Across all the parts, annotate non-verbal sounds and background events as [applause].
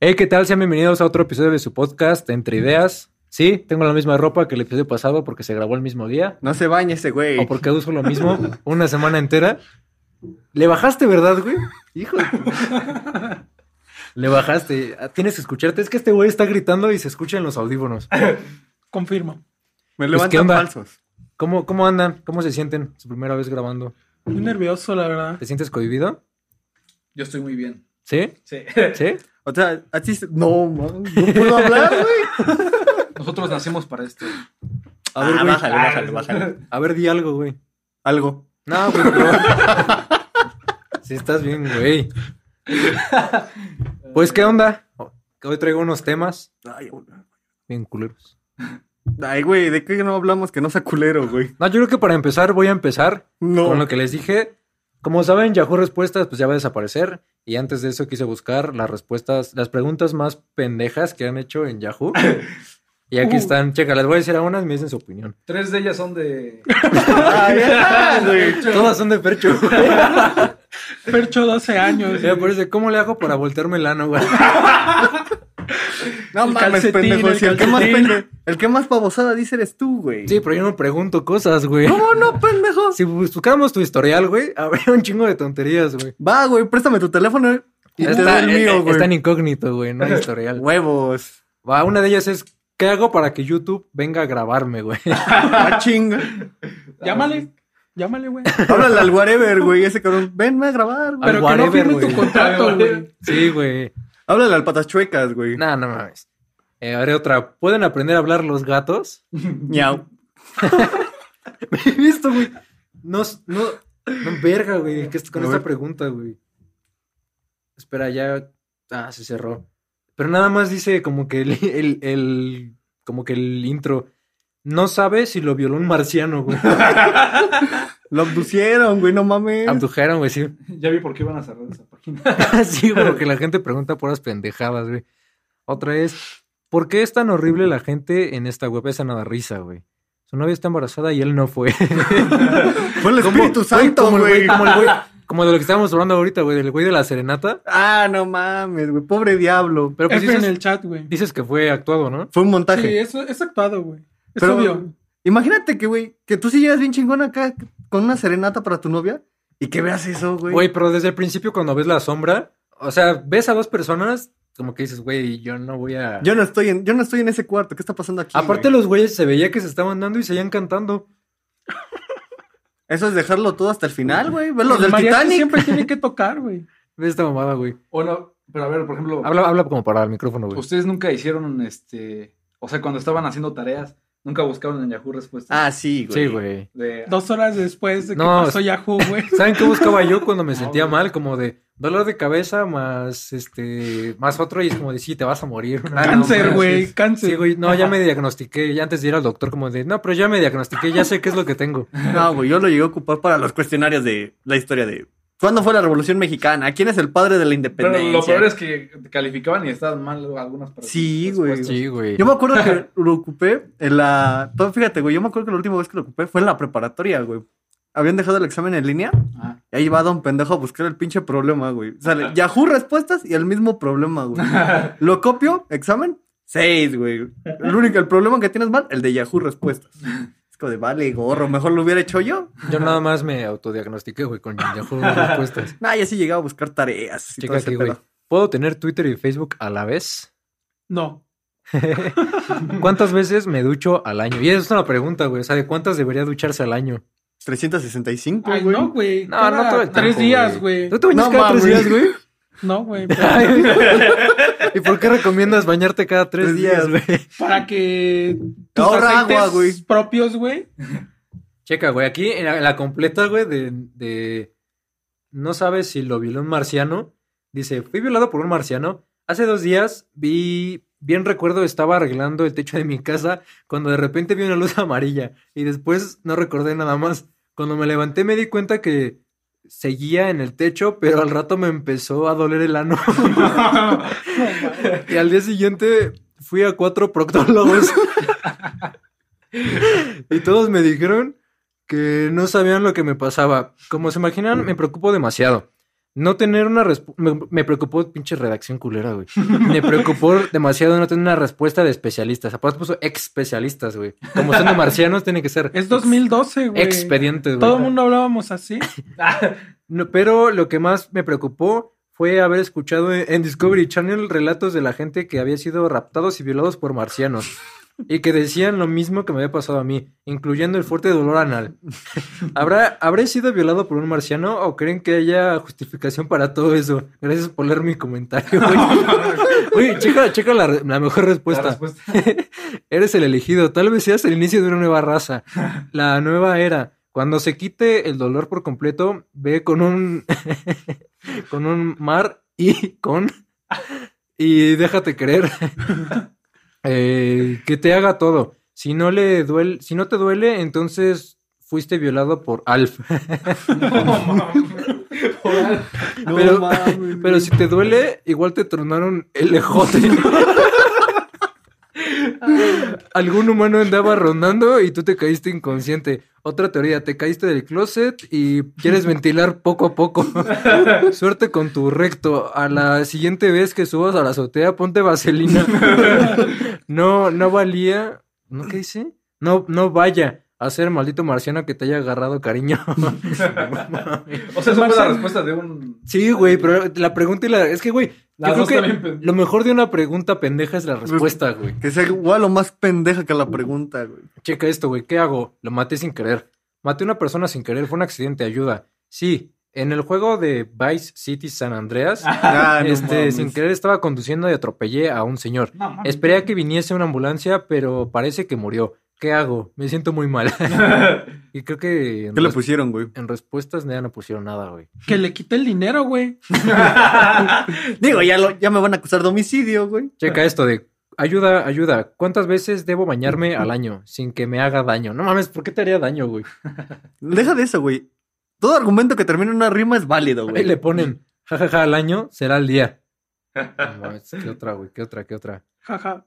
Hey, ¿qué tal? Sean bienvenidos a otro episodio de su podcast, Entre Ideas. Sí, tengo la misma ropa que el episodio pasado porque se grabó el mismo día. No se bañe ese güey. O porque uso lo [laughs] mismo una semana entera. Le bajaste, ¿verdad, güey? Hijo. de tu- Le bajaste. Ah, Tienes que escucharte. Es que este güey está gritando y se escucha en los audífonos. Confirmo. Pues, Me ¿qué levantan onda? falsos. ¿Cómo, ¿Cómo andan? ¿Cómo se sienten? Su primera vez grabando. Muy nervioso, la verdad. ¿Te sientes cohibido? Yo estoy muy bien. ¿Sí? Sí. [laughs] ¿Sí? O sea, así se- No, man, no puedo hablar, [laughs] güey. Nosotros nacimos para esto. A ver, Ah, güey. bájale, bájale, bájale. A ver, di algo, güey. Algo. No, güey. [laughs] pero- Si estás bien, güey. Pues, ¿qué onda? Hoy traigo unos temas Ay, güey. bien culeros. Ay, güey, ¿de qué no hablamos que no sea culero, güey? No, yo creo que para empezar voy a empezar No. con lo que les dije. Como saben, Yahoo Respuestas pues ya va a desaparecer. Y antes de eso quise buscar las respuestas, las preguntas más pendejas que han hecho en Yahoo. Y aquí Uh. están, checa, les voy a decir a unas y me dicen su opinión. Tres de ellas son de. Ay, [laughs] [laughs] ay, güey. Todas son de percho. Percho 12 años. Me parece, ¿cómo le hago para voltearme el ano, güey? No El mames, calcetín, pendejo. el si el que más calcetín. pende- el que más babosada dice eres tú, güey. Sí, pero yo no pregunto cosas, güey. ¿Cómo no, pendejo? Si buscáramos tu historial, güey, [laughs] habría un chingo de tonterías, güey. Va, güey, préstame tu teléfono eh, y te doy el mío, güey. Está en incógnito, güey, [laughs] no hay historial. Huevos. Va, una de ellas es, ¿qué hago para que YouTube venga a grabarme, güey? Va Ah, chinga. Llámale. Llámale, güey. Háblale al whatever, güey. Ese cabrón. Venme a grabar, Ah. güey. Pero que whatever, no firme güey. tu [laughs] contrato, güey. Sí, güey. Háblale al patas chuecas, güey. Nah, no mames. Eh, haré otra. ¿Pueden aprender a hablar los gatos? [laughs] Miau. He visto, güey. No, s- no, no, verga, güey. ¿Qué es con A esta ver. pregunta, güey? Espera, ya. Ah, se cerró. Pero nada más dice como que el, [laughs] el, el- como que el intro. No sabe si lo violó un marciano, güey. Lo abducieron, güey. No mames. Abdujeron, güey, sí. [laughs] Ya vi por qué iban a cerrar esa página. [laughs] sí, güey, porque la gente pregunta puras pendejadas, güey. Otra es, ¿por qué es tan horrible la gente en esta web? Esa nada risa, güey. Su novia está embarazada y él no fue. [laughs] Fue el Güey, Espíritu Santo, como el güey. Como, el güey- como de lo que estábamos hablando ahorita, güey, del güey de la serenata. Ah, no mames, güey. Pobre diablo. Pero pues F en dices, el chat, güey. dices que fue actuado, ¿no? Fue un montaje. eh. Sí, eso es actuado, güey. Es Pero- obvio. Imagínate que, güey, que tú sí llegas bien chingón acá con una serenata para tu novia y que veas eso, güey. Güey, pero desde el principio cuando ves la sombra, o sea, ves a dos personas, como que dices, güey, yo no voy a... Yo no estoy en, yo no estoy en ese cuarto. ¿Qué está pasando aquí? Aparte güey? los güeyes se veía que se estaban dando y se iban cantando. Eso es dejarlo todo hasta el final, güey. Ver los El del mariachi Titanic. siempre tiene que tocar, güey. Ves esta mamada, güey. O no, pero a ver, por ejemplo, Habla, habla como para el micrófono, Pues güey. ustedes nunca hicieron este. O sea, cuando estaban haciendo tareas, nunca buscaron en Yahoo respuestas. Ah, sí, güey. Sí, güey. De, Dos horas después de que No, pasó es- Yahoo, güey. ¿Saben qué buscaba yo [laughs] cuando me No, sentía güey. mal? Como de dolor de cabeza más este más otro y es como de sí, te vas a [laughs] morir. Una Ah, Cáncer, no, güey. gracias. [laughs] Cáncer. Sí, güey, no, ya me diagnostiqué, ya antes de ir al doctor como de, no, pero ya me diagnostiqué, ya sé qué es lo que tengo. No, güey, yo lo llegué a ocupar para los cuestionarios de la historia de ¿Cuándo fue la Revolución Mexicana? ¿Quién es el padre de la pero independencia? lo peor es que calificaban y estaban mal algunas personas. Sí, güey. Sí, güey. Yo me acuerdo que lo ocupé en la. todo- Fíjate, güey, yo me acuerdo que la última vez que lo ocupé fue en la preparatoria, güey. Habían dejado el examen en línea Ah. y ahí va Don Pendejo a buscar el pinche problema, güey. Sale Yahoo respuestas y el mismo problema, [laughs] güey. Lo copio, examen, seis, güey. El único, el problema que tienes mal, el de Yahoo respuestas. Es como de vale, gorro, mejor lo hubiera hecho yo. Yo nada más me autodiagnostiqué, güey, con Yahoo respuestas. Nah, ya sí llegaba a buscar tareas. Y Checa todo ese aquí, güey. pedo. ¿Puedo tener Twitter y Facebook a la vez? No. ¿Cuántas veces me ducho al año? Y esa es una pregunta, güey. O sea, ¿de cuántas debería ducharse al año? 365, Ay, güey. no, güey. No, Cada no todo el Tres tiempo, días, güey. güey. ¿Tú te bañas No cada tres mames. días, güey? No, güey. pero [laughs] ¿Y por qué recomiendas bañarte cada tres, Tres días, días. güey? Para que tus Ahorra aceites agua, güey. propios, güey. Checa, güey, aquí en la, en la completa, güey, de, de- No sabes si lo violó un marciano. Dice, fui violado por un marciano. Hace dos días vi... Bien recuerdo, estaba arreglando el techo de mi casa cuando de repente vi una luz [laughs] amarilla y después no recordé nada más. Cuando me levanté me di cuenta que seguía en el techo, pero al rato me empezó a doler el ano. Y al día siguiente fui a cuatro proctólogos. y todos me dijeron que no sabían lo que me pasaba. Como se imaginan, me preocupo demasiado. No tener una respuesta. Me, me preocupó, pinche redacción culera, güey. Me preocupó demasiado no tener una respuesta de especialistas. Aparte puso especialistas, güey. Como son de marcianos, tiene que ser. [laughs] Es 2012, güey. Expedientes, güey. Todo el mundo hablábamos así. No, pero lo que más me preocupó fue haber escuchado en en Discovery Channel relatos de la gente que había sido raptados y violados por marcianos. Y que decían lo mismo que me había pasado a mí, incluyendo el fuerte dolor [laughs] anal. ¿Habrá, ¿Habré sido violado por un marciano o creen que haya justificación para todo eso? Gracias por leer mi comentario. [laughs] Güey, Oye, checa, checa la, re- la mejor La respuesta. respuesta. [laughs] Eres el elegido. Tal vez seas el inicio de una nueva raza. La nueva era. Cuando se quite el dolor por completo, ve con un. [laughs] con un mar y con. Y déjate creer. Eh, que te haga todo. Si no le duele, si no te duele, entonces fuiste violado por Alf. No Pero- mames, Pero güey. si te duele, igual te tronaron el [laughs] ejote. Algún humano andaba rondando y tú te caíste inconsciente. Otra teoría, te caíste del closet y quieres ventilar poco a [laughs] poco. Suerte con tu recto. A la siguiente vez que subas a la azotea, ponte [laughs] vaselina. No, no valía. ¿No qué dice? No, no vaya a ser maldito marciano que te haya agarrado cariño. [laughs] O sea, esa fue la Marciano. respuesta [laughs] de un. Sí, güey, pero la pregunta y la. Es que, güey, Las yo creo dos que también pen- lo mejor de una pregunta pendeja es la respuesta, güey. Que sea igual o más pendeja que la pregunta, güey. Checa esto, güey. ¿Qué hago? Lo maté sin querer. Maté a una persona sin querer. Fue un accidente. Ayuda. Sí, en el juego de Vice City San Andreas, Ah, no este, mames. sin querer estaba conduciendo y atropellé a un señor. No, mames. Esperé a que viniese una ambulancia, pero parece que murió. ¿Qué hago? Me siento muy mal. [laughs] y creo que en, ¿Qué le res- pusieron, güey? en respuestas ya no pusieron nada, güey. Que le quite el dinero, güey. [laughs] Digo, ya, lo- ya me van a acusar de homicidio, güey. Checa esto de ayuda, ayuda. ¿Cuántas veces debo bañarme al año sin que me haga daño? No mames, ¿por qué te haría daño, güey? Deja de eso, güey. Todo argumento que termina en una rima es válido, Ahí le güey. ponen jajaja al año será el día. No mames, ¿Qué otra, güey? ¿Qué otra? ¿Qué otra? Jaja.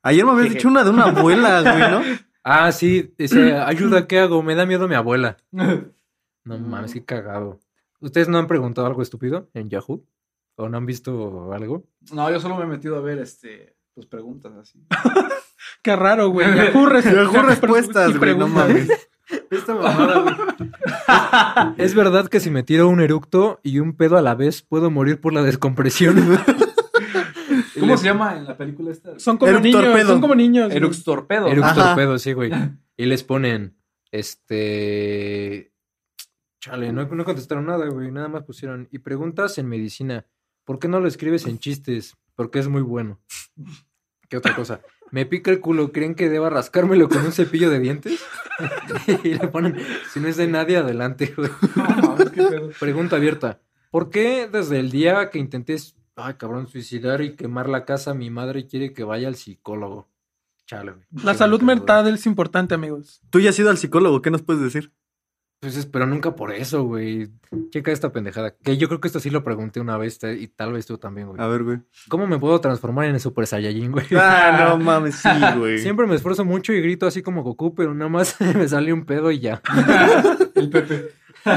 Ayer me habías dicho una de una abuela, güey, [laughs] ¿no? Ah, sí, dice, ayuda, ¿qué hago? Me da miedo mi abuela. [laughs] No Mm. mames, qué cagado. ¿Ustedes no han preguntado algo estúpido en Yahoo? ¿O no han visto algo? No, yo solo me he metido a ver este. Pues preguntas así. Qué raro, güey. Yahoo, res- Yahoo Yahoo respuestas, y güey, no preguntas. mames. [laughs] Esta mamada, güey. ¿Es verdad que si me tiro un eructo y un pedo a la vez puedo morir por la descompresión? ¿Cómo se llama en la película esta? Son como Eructor niños. pedo. Son como niños. güey. Erux Torpedo. Eructo Ajá. torpedo, sí, güey. Y les ponen, este... Chale, no, no contestaron nada, güey. Nada más pusieron. Y preguntas en medicina. ¿Por qué no lo escribes en chistes? Porque es muy bueno. ¿Qué otra cosa? Me pica el culo. ¿Creen que deba rascármelo con un cepillo de dientes? [laughs] y le ponen, si no es de nadie, adelante, güey. Ah, No, mames, qué pedo. [laughs] Pregunta abierta. ¿Por qué desde el día que intenté, s- ay, cabrón, suicidar y quemar la casa, mi madre quiere que vaya al psicólogo? Chale, güey. La salud mental es importante, amigos. Tú ya has ido al psicólogo, ¿qué nos puedes decir? Entonces, Pues, pero nunca por eso, güey. Checa esta pendejada. Que yo creo que esto sí lo pregunté una vez te- y tal vez tú también, güey. A ver, güey. ¿Cómo me puedo transformar en el Super Saiyajin, güey? [laughs] Ah, no mames, [laughs] sí, [laughs] güey. Siempre me esfuerzo mucho y grito así como Goku, pero nada más [laughs] me sale un pedo y ya. El Pepe. [laughs]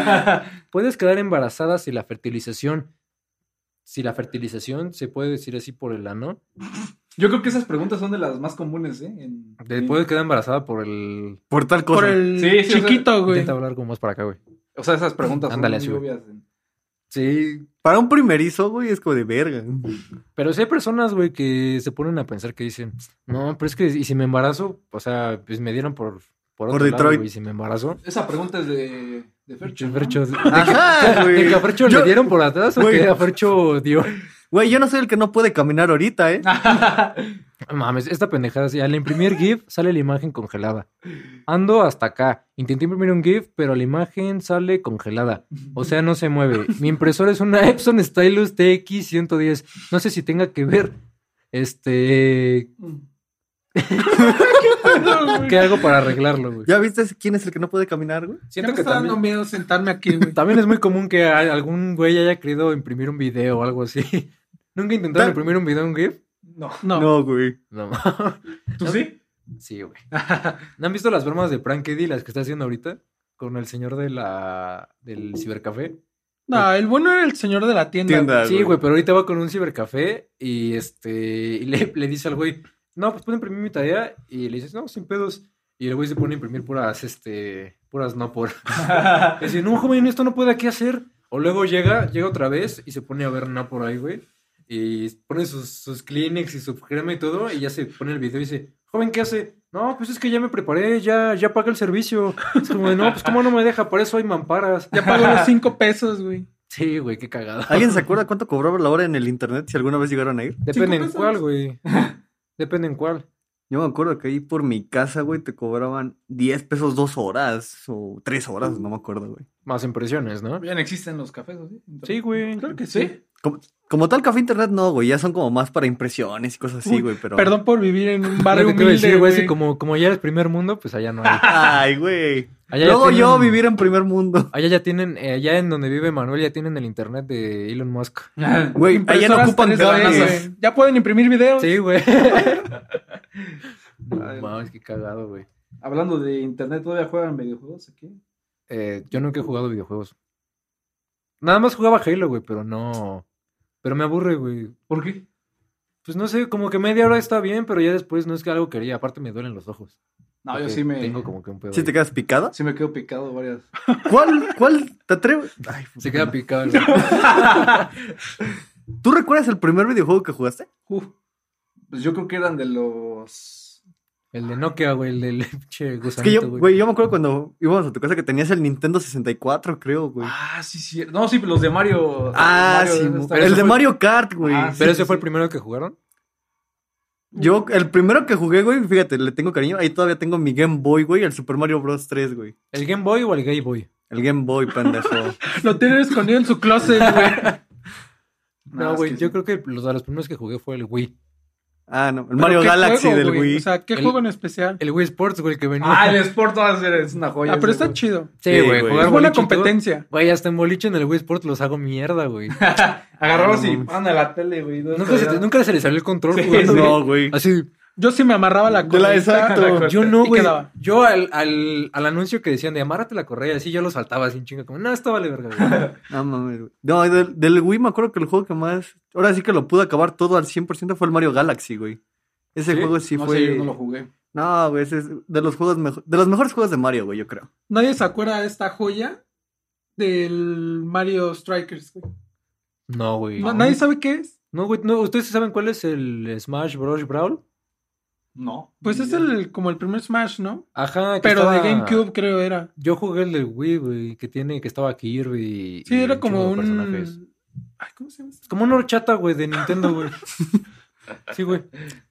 Puedes quedar embarazada si la fertilización. Si la fertilización se puede decir así por el ano. Yo creo que esas preguntas son de las más comunes, ¿eh? En- Te puedes quedar embarazada por el Por tal cosa. Por el Sí, sí, o sea, chiquito, güey. [laughs] Intenta hablar como más para acá, güey. O sea, esas preguntas Ándale, son así, muy güey. obvias. en- Sí. Para un primerizo, güey, es como de [laughs] verga. Pero sí hay personas, güey, que se ponen a pensar que dicen, no, pero es que, y si me embarazo, o sea, pues me dieron por, por, otro lado, Detroit. güey, y si me embarazo. Esa pregunta es de, de Fercho. ¿no? [laughs] Fercho, ¿de, Ajá, que- [laughs] de Ah, güey. que a Fercho Yo- le dieron por atrás o Güey. que a Fercho dio? No Güey, yo no soy el que no puede caminar ahorita, ¿eh? Mames, esta pendejada, sí, al imprimir GIF sale la imagen congelada. Ando hasta acá. Intenté imprimir un GIF, pero la imagen sale congelada. O sea, no se mueve. Mi impresora es una Epson Stylus TX110. No sé si tenga que ver, este, Mm. ¿Qué hago para arreglarlo, güey? ¿Ya viste quién es el que no puede caminar, güey? Ya Siento me que está dando también, miedo sentarme aquí, güey. también es muy común que a- algún güey haya querido imprimir un video o algo así. [laughs] ¿Nunca intentaron Tal- imprimir un video en un GIF? No. No. No, güey. No. [laughs] ma- ¿Tú sí? sí, güey. ¿No han visto las bromas de Prank Eddy, las que está haciendo ahorita? Con el señor de la, del cibercafé. No, el bueno era el señor de la tienda. Tienda, Sí, güey, pero ahorita va con un cibercafé y este y le, le dice al güey, no, pues puedo imprimir mi tarea. Y le dices, no, sin pedos. Y el güey se pone a imprimir puras, este, puras no por. Es decir, no, joven, esto no puede aquí hacer. O luego llega, llega otra vez y se pone a ver no por ahí, güey. Y pone sus, sus Kleenex y su crema y todo. Y ya se pone el video y dice, joven, ¿qué hace? No, pues es que ya me preparé, ya, ya paga el servicio. Es como, de, no, pues cómo no me deja, para eso hay mamparas. Ya pagó los cinco pesos, güey. Sí, güey, qué cagada. ¿Alguien se acuerda cuánto cobraba la hora en el internet si alguna vez llegaron a ir? Depende Cinco en pesos. cuál, [laughs] güey. Depende en cuál. Yo me acuerdo que ahí por mi casa, güey, te cobraban 10 pesos dos horas o tres horas, no me acuerdo, güey. Más impresiones, ¿no? Bien, existen los cafés, ¿o ¿sí? Sí, güey. Claro que sí. Como, como tal café internet, no, güey, ya son como más para impresiones y cosas así, Uy, güey, pero... Perdón por vivir en [laughs] un Lo barrio que te iba a humilde, decir, güey, güey. es que como, como allá es primer mundo, pues allá no hay. [laughs] Ay, güey. Allá [laughs] Luego ya yo tienen- vivir en primer mundo. Allá ya tienen, eh, allá en donde vive Manuel ya tienen el internet de Elon Musk. Güey, allá no Impresoras ocupan 3D, ganas. güey. Ya pueden imprimir videos. Sí, güey. No Ay. mames, qué cagado, güey. [laughs] Hablando de internet, ¿todavía juegan videojuegos aquí? Eh, yo nunca he jugado videojuegos. Nada más jugaba Halo, güey, pero no. Pero me aburre, güey. ¿Por qué? Pues no sé, como que media hora está bien, pero ya después no es que algo quería. Aparte me duelen los ojos. No, yo Porque sí me, Tengo como que un pedo. ¿Sí ahí. te quedas picada? sí me quedo picado varias. ¿Cuál? ¿Cuál? ¿Te atreves? Ay, Se puta queda madre. picado, [laughs] güey. ¿Tú recuerdas el primer videojuego que jugaste? Uf. Pues yo creo que eran de los. El de Nokia, güey, el del [laughs] pinche Es que yo, gusanito, güey, yo me acuerdo cuando íbamos a tu casa que tenías el Nintendo 64, creo, güey. Ah, sí, sí. No, sí, los de Mario. Ah, Mario sí, deben mo- estar- el eso de fue- Mario Kart, güey. Ah, Pero Sí, ese sí, fue el sí. primero que jugaron. Yo, el primero que jugué, güey, fíjate, le tengo cariño. Ahí todavía tengo mi Game Boy, güey, el Super Mario Bros. 3, güey. ¿El Game Boy o el Game Boy? El Game Boy, pendejo. Lo tienen escondido en su closet, güey. No, es güey, que yo sí. creo que los, de los primeros que jugué fue el Wii. Ah, no, el Pero [laughs] Mario ¿qué Galaxy juego, del güey? Wii. O sea, ¿qué El- juego en especial? El Wii Sports, güey, el que venía. [laughs] Ah, el Sport es una joya. ah, pero ese, está güey. chido. sí, Sí, güey, güey. jugar Es buena boliche y todo. competencia. Güey, hasta en boliche en el Wii Sports los hago mierda, [laughs] güey. Agarrarlos y No, van a la tele, güey. ¿dónde nunca, se, está? nunca se les salió el control, Sí, jugando, güey. No, güey. Así, Yo sí me amarraba la De la- correa. exacto. yo no, Y güey. quedaba. Yo al, al, al anuncio que decían de amárrate la correa, así yo lo saltaba sin chinga, como, no, esto vale verga, [laughs] güey. No, mames, güey. No, del, del Wii me acuerdo que el juego que más. Ahora sí que lo pude acabar todo al 100% fue el Mario Galaxy, güey. Ese ¿Sí? juego sí no, fue. sé, yo no lo jugué. No, güey, ese es de los juegos mejo- de los mejores juegos de Mario, güey, yo creo. Nadie se acuerda de esta joya del Mario Strikers, güey. No, güey. No, Nadie sabe qué es. No, güey, no, ¿ustedes saben cuál es el Smash Bros. Brawl? No. Pues ni es idea. el como el primer Smash, ¿no? Ajá, que Pero de estaba- GameCube creo era. Yo jugué el del Wii, güey, que tiene, que estaba Kirby. y- Sí, y era un como chingo de un personajes. Ay, ¿cómo se llama? Es como una horchata, güey, de Nintendo, [laughs] güey. Sí, güey.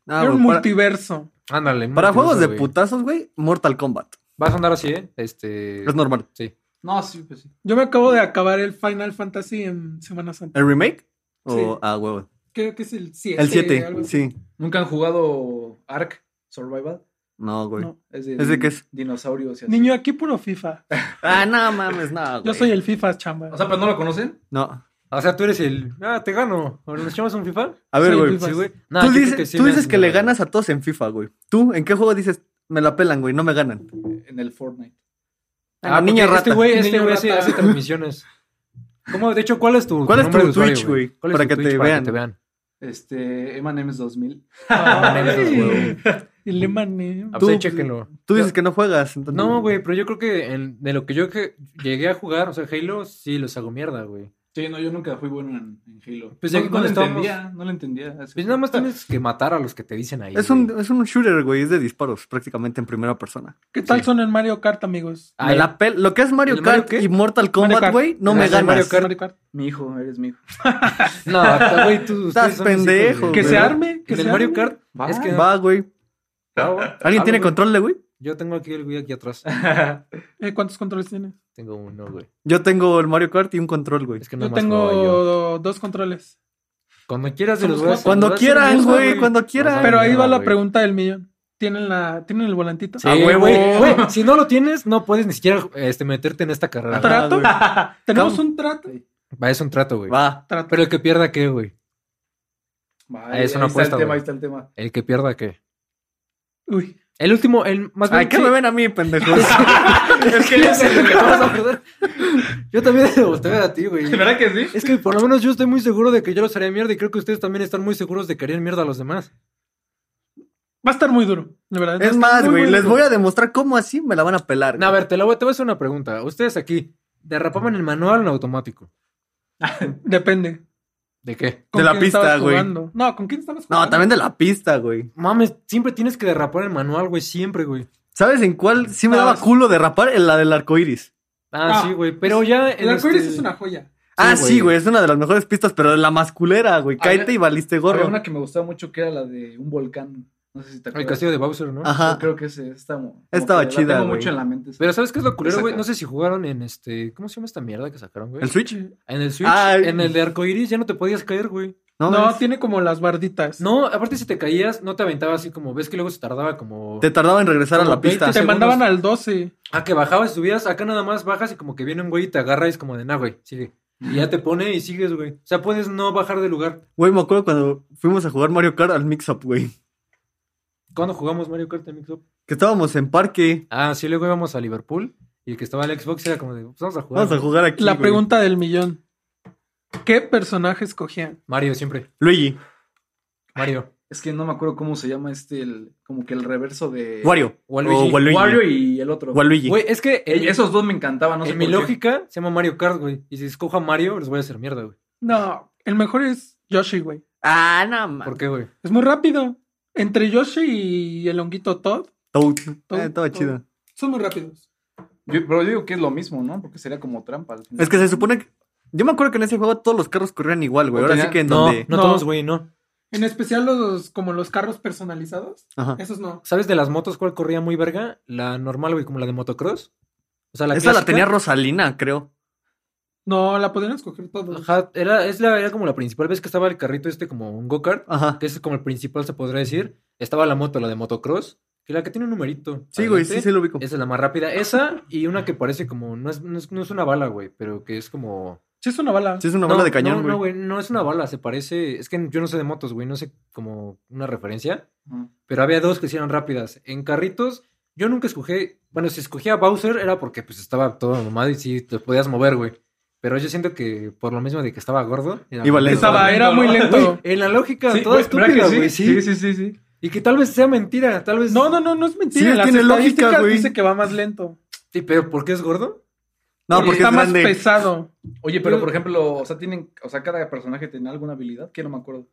Ah, era un güey, para, multiverso. Ándale. para multiuso, juegos de güey. putazos, güey, Mortal Kombat. Vas a andar así, ¿eh? Este. Es normal. Sí. No, sí, pues sí. Yo me acabo de acabar el Final Fantasy en Semana Santa. ¿El remake? O, Sí. ah, huevo. Creo que es el 7. El algo 7, así. sí. Nunca han jugado Ark Survival. No, güey. No. Es de, ¿Es de qué es? Dinosaurios y así. Niño, aquí puro FIFA. Ah, no mames, no, güey. Yo soy el FIFA, chamba. O sea, pero no lo conocen. No. O sea, tú eres el. Ah, te gano. ¿O ¿Nos echamos un FIFA? A ver, Soy el güey. FIFA. Sí, güey. Nah, Tú yo creo dices, sí tú me- dices que le ganas a todos en FIFA, güey. ¿Tú en qué juego dices, me la pelan, güey, no me ganan? En el Fortnite. Ah, Ah, niña porque rata. Este güey, este Niño güey hace, rata. hace [laughs] transmisiones. ¿Cómo? De hecho, ¿cuál es tu. ¿Cuál es nombre tu de usuario, Twitch, güey? ¿Cuál es Para tu que Twitch te para vean. que te vean? Este, M&M's 2000. Ay, [laughs] el eh. Eminem. Ah, Tú- pues ahí chéquenlo. Tú dices que no juegas. entonces- No, güey, pero yo creo que en- de lo que yo que llegué a jugar, o sea, Halo, sí los hago mierda, güey. Sí, no, yo nunca fui bueno en, en Halo. Pues ya no, que no cuando le estábamos- entendía, no le entendía. Así Pues fue. nada más tienes que matar a los que te dicen ahí. Es güey. un, es un shooter, güey, es de disparos prácticamente en primera persona. ¿Qué tal sí. son en Mario Kart, amigos? Ah, Me eh. la pel- Lo que es Mario ¿El Mario Kart qué? y Mortal Mario Kombat, Kart. güey, no me Gracias, ganas. Mario Kart. Mi hijo, eres mi hijo. [laughs] No, hasta, güey, tú. ustedes Estás son mis hijos, pendejo, güey. Que se Pero- arme. Que En se el Mario arme. Kart Va. es que Va, güey. Ah, ¿Alguien ah, tiene güey. control de, güey? Yo tengo aquí el Wii aquí atrás. [laughs] Eh, ¿Cuántos controles tiene? Tengo uno, güey. Yo tengo el Mario Kart y un control, güey. Es que no yo más jugaba yo. tengo dos controles. Cuando quieras de los Somos voy a- cuatro. Cuando voy a hacer quieran, uso, güey, cuando quieran. Nos Pero ahí va mierda, la güey. pregunta del millón. ¿Tienen, la, ¿tienen el volantito? Sí, A huevo. güey. Güey, Si no lo tienes, no puedes ni siquiera este, meterte en esta carrera. Ajá. ¿Trato? ¿Tenemos un trato? Va, es un trato, güey. Ah, Va. Trato. Pero el que pierda, ¿qué, güey? Va, Ah, ahí, es una ahí está el apuesta, tema, güey. ahí está el tema. El que pierda, ¿qué? Uy. El último, el más bien. Ay, ¿qué sí, me ven a mí, pendejos? Es que yo sé lo [laughs] que vas a perder. Yo también debo estar a ti, güey. ¿Verdad que sí? Es que por lo menos yo estoy muy seguro de que yo los haría mierda y creo que ustedes también están muy seguros de que harían mierda a los demás. Va a estar muy duro, de verdad. [laughs] va a Es estar más, muy, güey, muy les duro. voy a demostrar cómo así me la van a pelar. No, a ver, te, la voy, te voy a hacer una pregunta. Ustedes aquí, ¿derrapaban el manual en automático? Depende. ¿De qué? con De la quién pista, estabas güey. jugando. No, ¿con quién estabas jugando? No, también de la pista, güey. Mames, siempre tienes que derrapar el manual, güey, siempre, güey. ¿Sabes en cuál sí me No, daba es- culo derrapar? En la del arco iris. Ah, Ah, sí, güey. Pero ya. en El arcoíris este- es una joya. ah, güey. sí, güey, es una de las mejores pistas, pero la más culera, güey. Había- Cáete y valiste Había gorro. una que me gustaba mucho que era la de un volcán. No sé si te El acuerdas. castillo de Bowser, ¿no? Ajá. Yo creo que ese esta, como Estaba que la chida, Tengo güey. mucho en la mente. Pero ¿sabes qué es lo culero, güey? Exacto. No sé si jugaron en este. ¿Cómo se llama esta mierda que sacaron, güey? ¿El Switch? En el Switch. Ay. En el de arcoiris ya no te podías caer, güey. No, No, es- tiene como las barditas. No, aparte si te caías, no te aventaba así como. ¿Ves que luego se tardaba como. Te tardaba en regresar a Como la pista. te 20 segundos. mandaban al 12. Ah, que bajabas y subías. Acá nada más bajas y como que viene un güey y te agarra y es como de nah, güey. Sigue. Y ya te pone y sigues, güey. O sea, puedes no bajar de lugar. Güey, me acuerdo cuando fuimos a jugar Mario Kart al mix-up, güey. ¿Cuándo jugamos Mario Kart en Mix Up? Que estábamos en parque. Ah, sí, luego íbamos a Liverpool. Y el que estaba en el Xbox era como de, pues vamos a jugar. Vamos a ¿no? jugar aquí. La güey. pregunta del millón. ¿Qué personaje escogían? Mario, siempre. Luigi, Mario. Es que no me acuerdo cómo se llama este, el, como que el reverso de. Wario. Waluigi. O Waluigi. Eh, Wario y el otro. Waluigi. Güey, es que en, Eh, Esos dos me encantaban, no sé en mi por qué. lógica se llama Mario Kart, güey. Y si escojo a Mario, les voy a hacer mierda, güey. No, el mejor es Yoshi, güey. Ah, no, man. ¿Por qué, güey? Es muy rápido. Entre Yoshi y el honguito Todd, Toad. Toad, Eh, estaba Toad. chido. son muy rápidos. Yo- pero yo digo que es lo mismo, ¿no? Porque sería como trampa. al final. Es que se supone que. Yo me acuerdo que en ese juego todos los carros corrían igual, güey. O Ahora tenía- sí que en No, donde. no, No. todos, güey, no. En especial los como los carros personalizados. Ajá. Esos no. ¿Sabes de las motos cuál corría muy verga? La normal, güey, como la de motocross. O sea, la Esa la clásica. tenía Rosalina, creo. No, la podrían escoger todos. Ajá, era, es la, era como la principal. ¿Ves que estaba el carrito este como un go-kart? Ajá. Que es como el principal, se podría decir. Estaba la moto, la de motocross. Que la que tiene un numerito. Sí, güey, sí, adelante. sí lo ubico. Esa es la más rápida. Esa y una que parece como. No es, no es, no es una bala, güey, pero que es como. Sí, es una bala. Sí, es una bola no, de cañón, no, güey. no, güey, no es una bala, se parece. Es que yo no sé de motos, güey, no sé como una referencia. Ajá. Pero había dos que sí eran rápidas. En carritos, yo nunca escogí. Bueno, si escogía a Bowser era porque pues estaba todo mamado y sí te podías mover, güey. Pero yo siento que por lo mismo de que estaba gordo. era Iba como- lento. Estaba, era muy Güey, lento. en la lógica Sí, toda güey, ¿verdad estúpida, que güey, sí. sí, sí, sí, sí. Y que tal vez sea mentira, tal vez. No, no, no, no es mentira. Sí, En Las tiene lógica, estadísticas güey. dice que va más lento. Sí, pero ¿por qué es gordo? No, Porque porque está es más grande. pesado. Oye, pero Yo- por ejemplo, o sea, tienen, o sea, cada personaje tenía alguna habilidad que no me acuerdo.